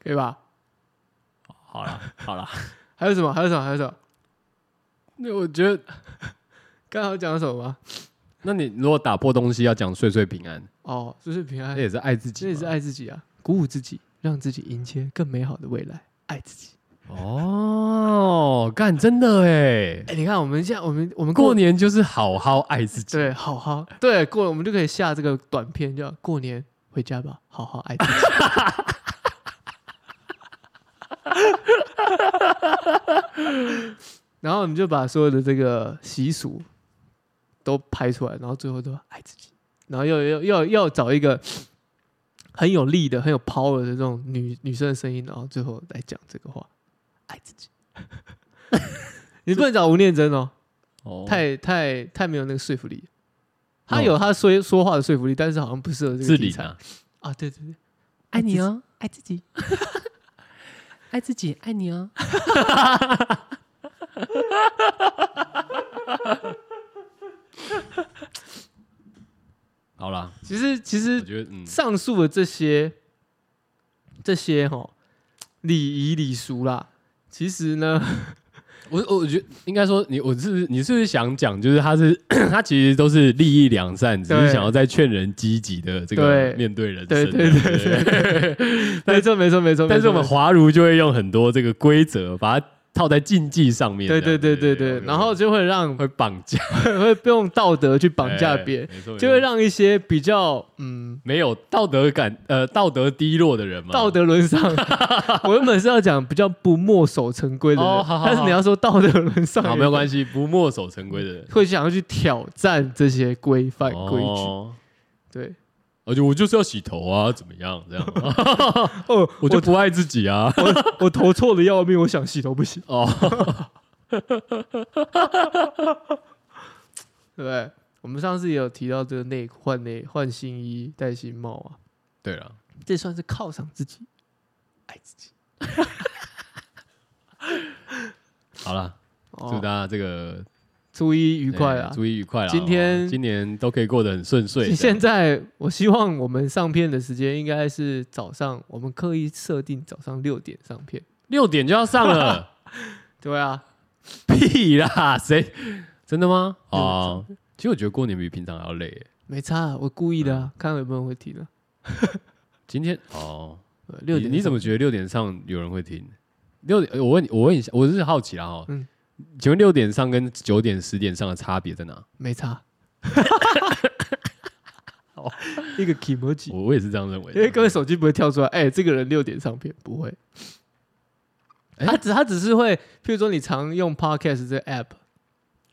[SPEAKER 2] 可以吧？
[SPEAKER 1] 好了好了，
[SPEAKER 2] 还有什么？还有什么？还有什么？
[SPEAKER 1] 那我觉得，
[SPEAKER 2] 刚才我讲了什么吗？
[SPEAKER 1] 那你如果打破东西要讲岁岁平安，
[SPEAKER 2] 哦，就是平安
[SPEAKER 1] 那，也是爱自己
[SPEAKER 2] 这
[SPEAKER 1] 嘛，
[SPEAKER 2] 也是爱自己啊，鼓舞自己，让自己迎接更美好的未来，爱自己。
[SPEAKER 1] 哦，干真的哎，
[SPEAKER 2] 哎，你看，我们现在我们我们
[SPEAKER 1] 过年就是好好爱自己，
[SPEAKER 2] 对，好好对过，我们就可以下这个短片，叫过年回家吧，好好 爱自己。然后你就把所有的这个习俗都拍出来，然后最后都爱自己，然后要要要要找一个很有力的、很有 power 的这种女女生的声音，然后最后来讲这个话，爱自己。 你不能找吴念真哦，
[SPEAKER 1] 哦
[SPEAKER 2] 太太太没有那个说服力。他
[SPEAKER 1] 哦
[SPEAKER 2] 有他说说话的说服力，但是好像不适合这个
[SPEAKER 1] 自
[SPEAKER 2] 题
[SPEAKER 1] 理
[SPEAKER 2] 材
[SPEAKER 1] 啊，
[SPEAKER 2] 啊！对对对，
[SPEAKER 3] 爱你哦，爱自己，爱自己，爱你哦。
[SPEAKER 1] 好啦，
[SPEAKER 2] 其实其
[SPEAKER 1] 我
[SPEAKER 2] 实
[SPEAKER 1] 觉得嗯，
[SPEAKER 2] 上述的这些这些哈礼仪礼俗啦，其实呢，
[SPEAKER 1] 我我我觉得应该说你，我是你是不是想讲，就是他是 他其实都是利益良善，只
[SPEAKER 2] 对
[SPEAKER 1] 是想要在劝人积极的这个
[SPEAKER 2] 对
[SPEAKER 1] 面对人生。
[SPEAKER 2] 对对对
[SPEAKER 1] 对。
[SPEAKER 2] 对，没错没错没 错。
[SPEAKER 1] 但是我
[SPEAKER 2] 没
[SPEAKER 1] 们
[SPEAKER 2] 错
[SPEAKER 1] 华儒就会用很多这个规则，把它套在禁忌上面这
[SPEAKER 2] 对
[SPEAKER 1] 样子。
[SPEAKER 2] 对对对对，
[SPEAKER 1] OK，
[SPEAKER 2] 然后就会 让
[SPEAKER 1] 会绑架，
[SPEAKER 2] 会会用道德去绑架
[SPEAKER 1] 哎
[SPEAKER 2] 别人，，
[SPEAKER 1] 没错
[SPEAKER 2] 就会
[SPEAKER 1] 没错
[SPEAKER 2] 让一些比较嗯
[SPEAKER 1] 没有道德感 呃道德低落的人嘛，
[SPEAKER 2] 道德 沦丧。我原本是要讲比较不墨守成规的人，
[SPEAKER 1] 哦好好
[SPEAKER 2] 但是你要说道德沦丧，
[SPEAKER 1] 好没有关系，不墨守成规的人
[SPEAKER 2] 系，会想要去挑战这些规范规矩。
[SPEAKER 1] 哦
[SPEAKER 2] 对，
[SPEAKER 1] 而且我就是要洗头啊，怎么 样？这样，
[SPEAKER 2] 哦，
[SPEAKER 1] 我
[SPEAKER 2] 我
[SPEAKER 1] 就不爱自己啊。
[SPEAKER 2] 我我头错的要命，我想洗头不行，
[SPEAKER 1] 哦，
[SPEAKER 2] 对不 对？我们上次也有提到这个内换内换新衣戴新帽啊，
[SPEAKER 1] 对了，
[SPEAKER 2] 这算是犒赏自己，爱自己。
[SPEAKER 1] 好了，祝大
[SPEAKER 2] 哦，
[SPEAKER 1] 家这个
[SPEAKER 2] 初一愉快啊！
[SPEAKER 1] 祝祝你愉快啦！
[SPEAKER 2] 今天
[SPEAKER 1] 哦今年都可以过得很顺遂。
[SPEAKER 2] 现在我希望我们上片的时间应该是早上，我们刻意设定早上六点上片。
[SPEAKER 1] 六点就要上 了，
[SPEAKER 2] 对啊，
[SPEAKER 1] 屁啦！谁真的吗？
[SPEAKER 2] 六点
[SPEAKER 1] 哦，其实我觉得过年比平常还要累耶。
[SPEAKER 2] 没差啊，我故意的
[SPEAKER 1] 嗯
[SPEAKER 2] 啊，看有没有人会听啊。
[SPEAKER 1] 今天哦，
[SPEAKER 2] 呃六点
[SPEAKER 1] 你你怎
[SPEAKER 2] 么？
[SPEAKER 1] 么觉得六点上有人会听？六点，呃我问你，我问一下，我是好奇啦哈。
[SPEAKER 2] 嗯
[SPEAKER 1] 请问六点上跟九点、十点上的差别在哪？
[SPEAKER 2] 没 差。一个 k i m o j i
[SPEAKER 1] 我我也是这样认为的。
[SPEAKER 2] 因为各位手机不会跳出来，哎、这个人六点上片不会。
[SPEAKER 1] 哎
[SPEAKER 2] 他只他只是会，譬如说你常用 Podcast 这个 app，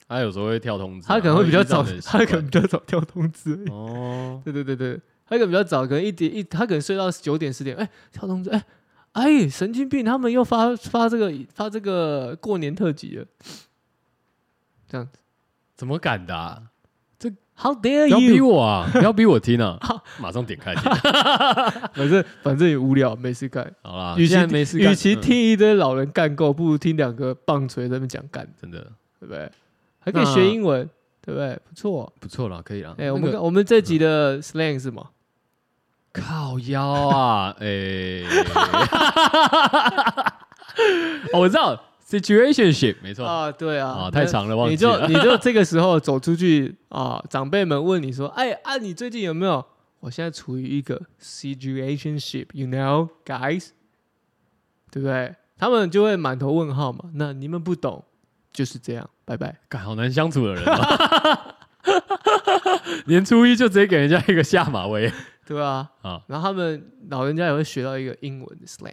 [SPEAKER 1] 他有时候会跳通知啊，
[SPEAKER 2] 他可能会比较早
[SPEAKER 1] 会遇到你的，习
[SPEAKER 2] 他
[SPEAKER 1] 惯
[SPEAKER 2] 可能比较早跳通知而已。
[SPEAKER 1] 哦，
[SPEAKER 2] 对对对对，他可能比较早，可能一点一，他可能睡到九点十点，哎，跳通知，哎哎，神经病，他们又发发这个发这个过年特辑了
[SPEAKER 1] 怎么敢的啊？
[SPEAKER 2] ，How
[SPEAKER 1] 不
[SPEAKER 2] dare
[SPEAKER 1] 要逼
[SPEAKER 2] you！
[SPEAKER 1] 我啊！不要逼我听啊！ 马上点开听。
[SPEAKER 2] 反正反正也无聊，没事干，
[SPEAKER 1] 好啦，
[SPEAKER 2] 与其
[SPEAKER 1] 啊现在没事干，
[SPEAKER 2] 与其
[SPEAKER 1] 嗯
[SPEAKER 2] 听一堆老人干够，不如听两个棒槌在那边讲干，
[SPEAKER 1] 真的
[SPEAKER 2] 对不对？还可以
[SPEAKER 1] 那
[SPEAKER 2] 学英文，对不对？不错，
[SPEAKER 1] 不错啦，可以啦。
[SPEAKER 2] 哎、
[SPEAKER 1] 啊那
[SPEAKER 2] 我们
[SPEAKER 1] 个嗯
[SPEAKER 2] 我们这集的 slang 是吗？
[SPEAKER 1] 靠腰 啊，哎，哦我知道 situationship 没错
[SPEAKER 2] 啊，对啊，
[SPEAKER 1] 啊，太
[SPEAKER 2] 那
[SPEAKER 1] 长了，忘
[SPEAKER 2] 你
[SPEAKER 1] 记
[SPEAKER 2] 就
[SPEAKER 1] 了。
[SPEAKER 2] 你就这个时候走出去啊，长辈们问你说：“哎啊，你最近有没有？我现在处于一个 situationship，you know guys，对不对？”他们就会满头问号嘛。那你们不懂，就是这样，拜拜。
[SPEAKER 1] 干好难相处的人啊， 年初一就直接给人家一个下马威
[SPEAKER 2] 对啊，
[SPEAKER 1] 啊！
[SPEAKER 2] 然后他们老人家也会学到一个英文的 slang，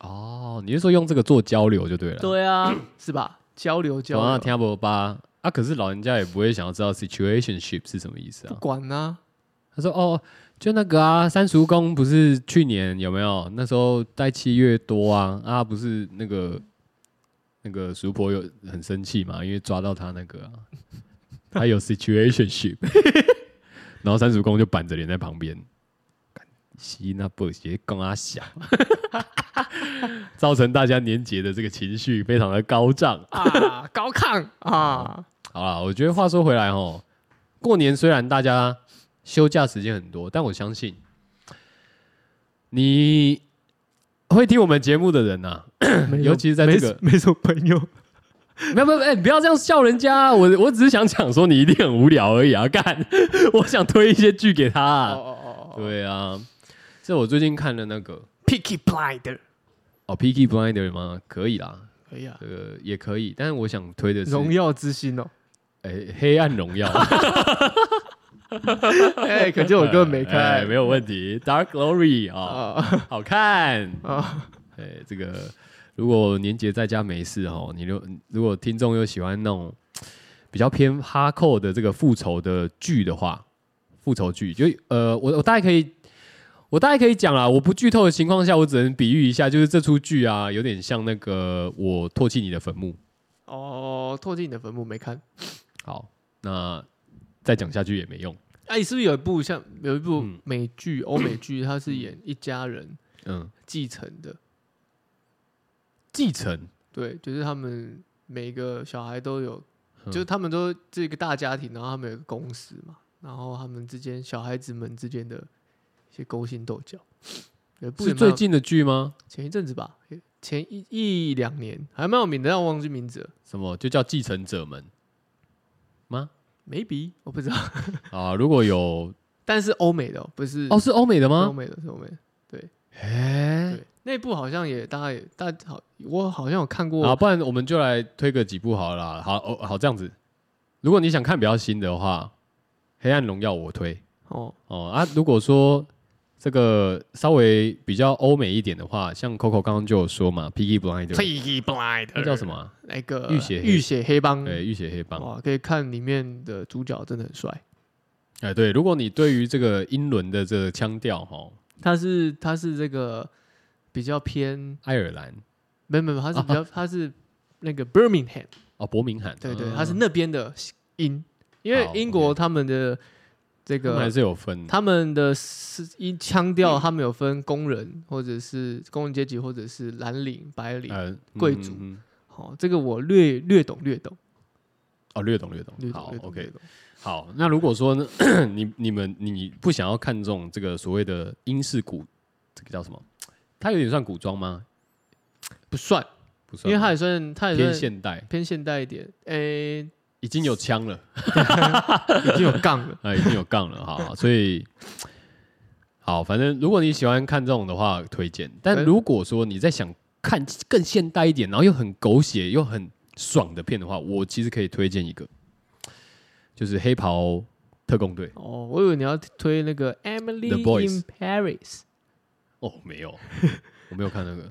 [SPEAKER 1] 哦，你是说用这个做交流就对了？
[SPEAKER 2] 对啊，是吧？交流交
[SPEAKER 1] 啊，
[SPEAKER 2] 流，
[SPEAKER 1] 听不吧啊！可是老人家也不会想要知道 situationship 是什么意思
[SPEAKER 2] 不
[SPEAKER 1] 啊。
[SPEAKER 2] 管啊，
[SPEAKER 1] 他说：“哦，就那个啊，三叔公不是去年有没有？那时候待七月多啊啊，不是那个那个叔婆有很生气嘛，因为抓到他那个、啊，他有 situationship，然后三叔公就板着脸在旁边，干吸那不鞋跟他想，造成大家年节的这个情绪非常的高涨。”
[SPEAKER 2] 啊，高亢啊，
[SPEAKER 1] 好啦，我觉得话说回来哦，过年虽然大家休假时间很多，但我相信你会听我们节目的人啊呐、
[SPEAKER 2] 没有
[SPEAKER 1] 尤其是在这个
[SPEAKER 2] 没没什么朋友，
[SPEAKER 1] 没有没有，哎、你不要这样笑人家、啊，我我只是想讲说你一定很无聊而已啊，干，我想推一些剧给他、啊，
[SPEAKER 2] 哦哦哦
[SPEAKER 1] 对啊，这我最近看的那个
[SPEAKER 2] ，Picky Blinder，
[SPEAKER 1] 哦，《Peaky Blinder》吗？可以啦，
[SPEAKER 2] 可以啊，
[SPEAKER 1] 这个也可以，但是我想推的是
[SPEAKER 2] 荣耀之心哦。
[SPEAKER 1] 哎、黑暗荣耀》。
[SPEAKER 2] 哎，可 见我根本没
[SPEAKER 1] 哎
[SPEAKER 2] 看，
[SPEAKER 1] 没有问题。Dark Glory 啊、
[SPEAKER 2] 啊
[SPEAKER 1] 好看。
[SPEAKER 2] 啊！
[SPEAKER 1] 哎，这个如果年节在家没事哦，你如如果听众又喜欢那种比较偏哈扣的这个复仇的剧的话，复仇剧就呃，我我大概可以。我大概可以讲啦，我不剧透的情况下，我只能比喻一下，就是这出剧啊，有点像那个我唾弃你的坟墓。
[SPEAKER 2] 哦，拓进你的坟墓没看？
[SPEAKER 1] 好，那再讲下去也没用。
[SPEAKER 2] 哎，你是不是有一部像有一部
[SPEAKER 1] 嗯
[SPEAKER 2] 美剧，欧美剧，它是演一家人
[SPEAKER 1] 嗯，
[SPEAKER 2] 继承的，
[SPEAKER 1] 继承，
[SPEAKER 2] 对，就是他们每个小孩都有，
[SPEAKER 1] 嗯
[SPEAKER 2] 就是他们都这个大家庭，然后他们有个公司嘛，然后他们之间小孩子们之间的一些勾心斗角，有一部
[SPEAKER 1] 是
[SPEAKER 2] 也蛮
[SPEAKER 1] 最
[SPEAKER 2] 有
[SPEAKER 1] 近的剧吗？
[SPEAKER 2] 前一阵子吧，前一一两年还蛮有名的，但我忘记名字了
[SPEAKER 1] 什么就叫继承者们吗？
[SPEAKER 2] ，maybe 我不知道，
[SPEAKER 1] 啊，如果有
[SPEAKER 2] 但是欧美的哦不是
[SPEAKER 1] 哦，是欧美的
[SPEAKER 2] 欧
[SPEAKER 1] 吗？
[SPEAKER 2] 美的，是欧美的。
[SPEAKER 1] 哎
[SPEAKER 2] 对，那部好像也大家也大家好，我好像有看过
[SPEAKER 1] 好，不然我们就来推个几部好了啦。好，哦，好，这样子，如果你想看比较新的话，《黑暗荣耀》我推
[SPEAKER 2] 哦，
[SPEAKER 1] 哦啊。如果说这个稍微比较欧美一点的话，像 Coco 刚刚就有说嘛，《Piggy Blind》
[SPEAKER 2] Peaky Blind
[SPEAKER 1] 那叫什么啊？
[SPEAKER 2] 那个
[SPEAKER 1] 浴血黑
[SPEAKER 2] 浴血黑帮，
[SPEAKER 1] 对，《浴血黑帮》
[SPEAKER 2] 哇，可以看里面的主角真的很帅。
[SPEAKER 1] 哎，对，如果你对于这个英伦的这个腔调哈，哦
[SPEAKER 2] 他是他是这个比较偏，
[SPEAKER 1] 爱尔兰
[SPEAKER 2] 没有没有，他是比较他是那个 Birmingham，
[SPEAKER 1] 哦，伯明翰，
[SPEAKER 2] 啊对对，
[SPEAKER 1] 嗯
[SPEAKER 2] 他是那边的音，因为
[SPEAKER 1] 好
[SPEAKER 2] 英国
[SPEAKER 1] OK
[SPEAKER 2] 他们的这
[SPEAKER 1] 他们还
[SPEAKER 2] 个
[SPEAKER 1] 是有分，
[SPEAKER 2] 他们的是音腔调，他们有分工人或者是工人阶级，或者是蓝领、白领。
[SPEAKER 1] 呃
[SPEAKER 2] 贵
[SPEAKER 1] 嗯
[SPEAKER 2] 族
[SPEAKER 1] 嗯嗯
[SPEAKER 2] 好，这个我略略懂略懂
[SPEAKER 1] 哦，略懂略懂
[SPEAKER 2] 略，懂
[SPEAKER 1] 好
[SPEAKER 2] 略懂略
[SPEAKER 1] ，OK，
[SPEAKER 2] 懂。
[SPEAKER 1] 好，那如果说呢， 你你们你不想要看重这个所谓的英式古，这个叫什么？它有点算古装吗？
[SPEAKER 2] 不算，
[SPEAKER 1] 不算吗，
[SPEAKER 2] 因为它也算它也
[SPEAKER 1] 偏
[SPEAKER 2] 算
[SPEAKER 1] 现代，
[SPEAKER 2] 偏现代一点， 诶、
[SPEAKER 1] 已经有枪了，。
[SPEAKER 2] 已经有杠了
[SPEAKER 1] 啊，已经有杠了，哈，所以。好，反正如果你喜欢看这种的话，推荐。但
[SPEAKER 2] 对
[SPEAKER 1] 如果说你在想看更现代一点，然后又很狗血又很爽的片的话，我其实可以推荐一个，就是《黑袍特工队》。
[SPEAKER 2] 哦，我以为你要推那个 Emily
[SPEAKER 1] The Boys
[SPEAKER 2] in Paris，
[SPEAKER 1] 哦，没有，我没有看那个，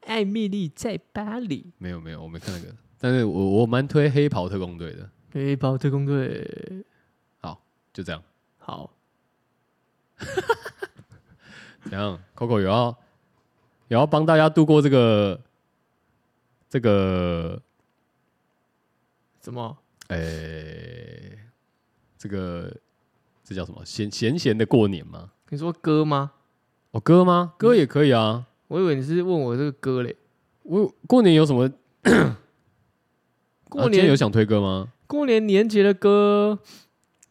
[SPEAKER 2] 艾米丽在巴黎。
[SPEAKER 1] 没有没有，我没看那个。但是我我蛮推《黑袍特工队》的，
[SPEAKER 2] 黑袍特工队，
[SPEAKER 1] 就这样。
[SPEAKER 2] 好，
[SPEAKER 1] 怎样？Coco 有要有要帮大家度过这个这个
[SPEAKER 2] 怎么？
[SPEAKER 1] 诶、这个这叫什么闲闲闲的过年吗？
[SPEAKER 2] 你说歌吗？
[SPEAKER 1] 哦，歌吗？歌也可以啊。
[SPEAKER 2] 我以为你是问我这个歌嘞。
[SPEAKER 1] 我过年有什么？啊
[SPEAKER 2] 过
[SPEAKER 1] 今天
[SPEAKER 2] 年、
[SPEAKER 1] 有想推歌吗？
[SPEAKER 2] 过年年节的歌，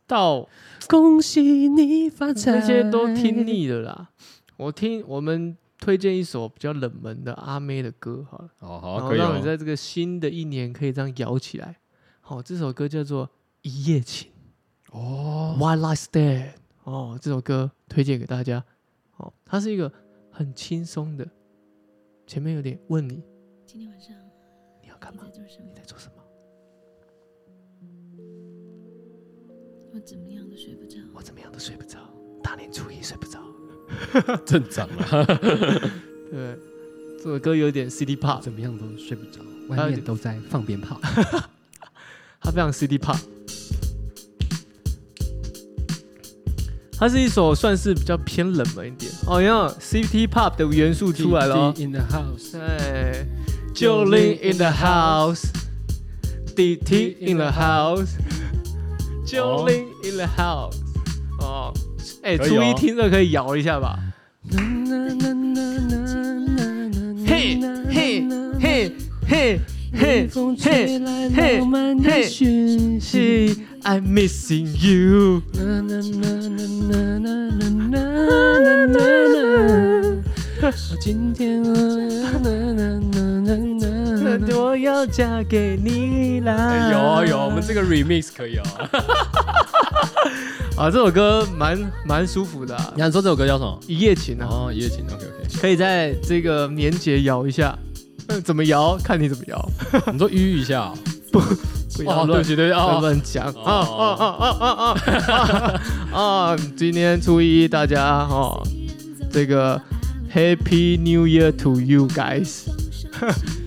[SPEAKER 2] 到
[SPEAKER 3] 恭喜你发财，
[SPEAKER 2] 那些都听腻了啦。 我听我们推荐一首比较冷门的阿妹的歌好了，
[SPEAKER 1] 哦，好
[SPEAKER 2] 然
[SPEAKER 1] 啊，
[SPEAKER 2] 后
[SPEAKER 1] 可以
[SPEAKER 2] 让你
[SPEAKER 1] 哦。
[SPEAKER 2] 在这个新的一年可以这样摇起来。好，这首歌叫做《一夜情》。
[SPEAKER 1] 哦，
[SPEAKER 2] One Last Stand 哦，这首歌推荐给大家哦，它是一个很轻松的，前面有点问你
[SPEAKER 4] 今天晚上你
[SPEAKER 2] 你要干嘛
[SPEAKER 4] 在，做什
[SPEAKER 2] 你
[SPEAKER 4] 么？
[SPEAKER 2] 在做什么，
[SPEAKER 4] 我怎么样都睡不着。
[SPEAKER 2] 我怎么样都睡不着，大年初一睡不着。
[SPEAKER 1] 正常啊，
[SPEAKER 2] 对，这首歌有点 City Pop，
[SPEAKER 3] 怎么样都睡不着，
[SPEAKER 2] 还
[SPEAKER 3] 外
[SPEAKER 2] 有
[SPEAKER 3] 面
[SPEAKER 2] 点
[SPEAKER 3] 都在放鞭炮。
[SPEAKER 2] 它非常 City Pop。它是一首算是比较偏冷门一点哦，你看 City Pop 的元素 出来了、哦。
[SPEAKER 3] In the house，
[SPEAKER 2] 对，Jolin in the house。DT in the house。Jolin in the house。哦，哎，
[SPEAKER 1] 可以
[SPEAKER 2] 初
[SPEAKER 1] 哦
[SPEAKER 2] 一听着可以摇一下吧。嘿嘿嘿嘿嘿
[SPEAKER 3] 微风吹
[SPEAKER 2] 嘿
[SPEAKER 3] 来浪漫的讯息。
[SPEAKER 2] 嘿，I'm missing you。
[SPEAKER 3] 啦啦啦啦啦啦啦啦啦。我今天我
[SPEAKER 2] 那我要嫁给你啦！
[SPEAKER 1] 有啊有啊，我们这个 remix 可以啊。
[SPEAKER 2] 啊，这首歌蛮蛮舒服的啊，
[SPEAKER 1] 你想说这首歌叫什么？
[SPEAKER 2] 一夜情啊，
[SPEAKER 1] 哦，一夜情。OK OK。
[SPEAKER 2] 可以在这个年节摇一下。嗯，怎么摇？看你怎么摇。
[SPEAKER 1] 你说吁一下啊？
[SPEAKER 2] 不
[SPEAKER 1] 哦，对
[SPEAKER 2] 要乱
[SPEAKER 1] 不 起对不起
[SPEAKER 2] 不要
[SPEAKER 1] 哦。
[SPEAKER 2] 乱讲啊啊啊啊啊啊！啊，今天初一，大家哈，这个 Happy New Year to you guys。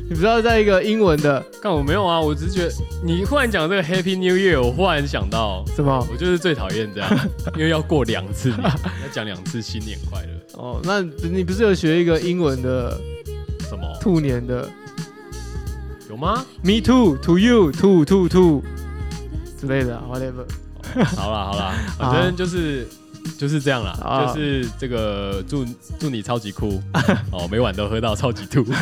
[SPEAKER 2] 你不知道在一个英文的
[SPEAKER 1] 干我没有啊，我只是觉得你忽然讲这个 Happy New Year，我忽然想到，
[SPEAKER 2] 什么？
[SPEAKER 1] 我就是最讨厌这样，因为要过两次年，要讲两次新年快乐，
[SPEAKER 2] 哦，那你不是有学一个英文的
[SPEAKER 1] 什么
[SPEAKER 2] 兔年的
[SPEAKER 1] 有吗？
[SPEAKER 2] Me too to you to to to 之类的啊，whatever。
[SPEAKER 1] 好啦好啦，反正就是就是这样啦，
[SPEAKER 2] 啊
[SPEAKER 1] 就是这个祝祝你超级酷哦，每晚都喝到超级吐。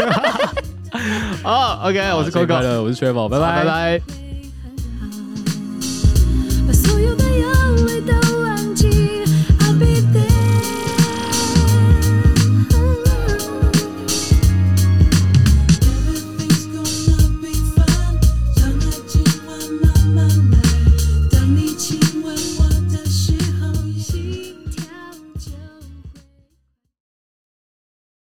[SPEAKER 2] 好，OK，我是
[SPEAKER 1] 新年快
[SPEAKER 2] Coco，
[SPEAKER 1] 乐，我是 Travel，拜
[SPEAKER 2] 拜
[SPEAKER 1] 拜。
[SPEAKER 2] 拜。
[SPEAKER 4] Where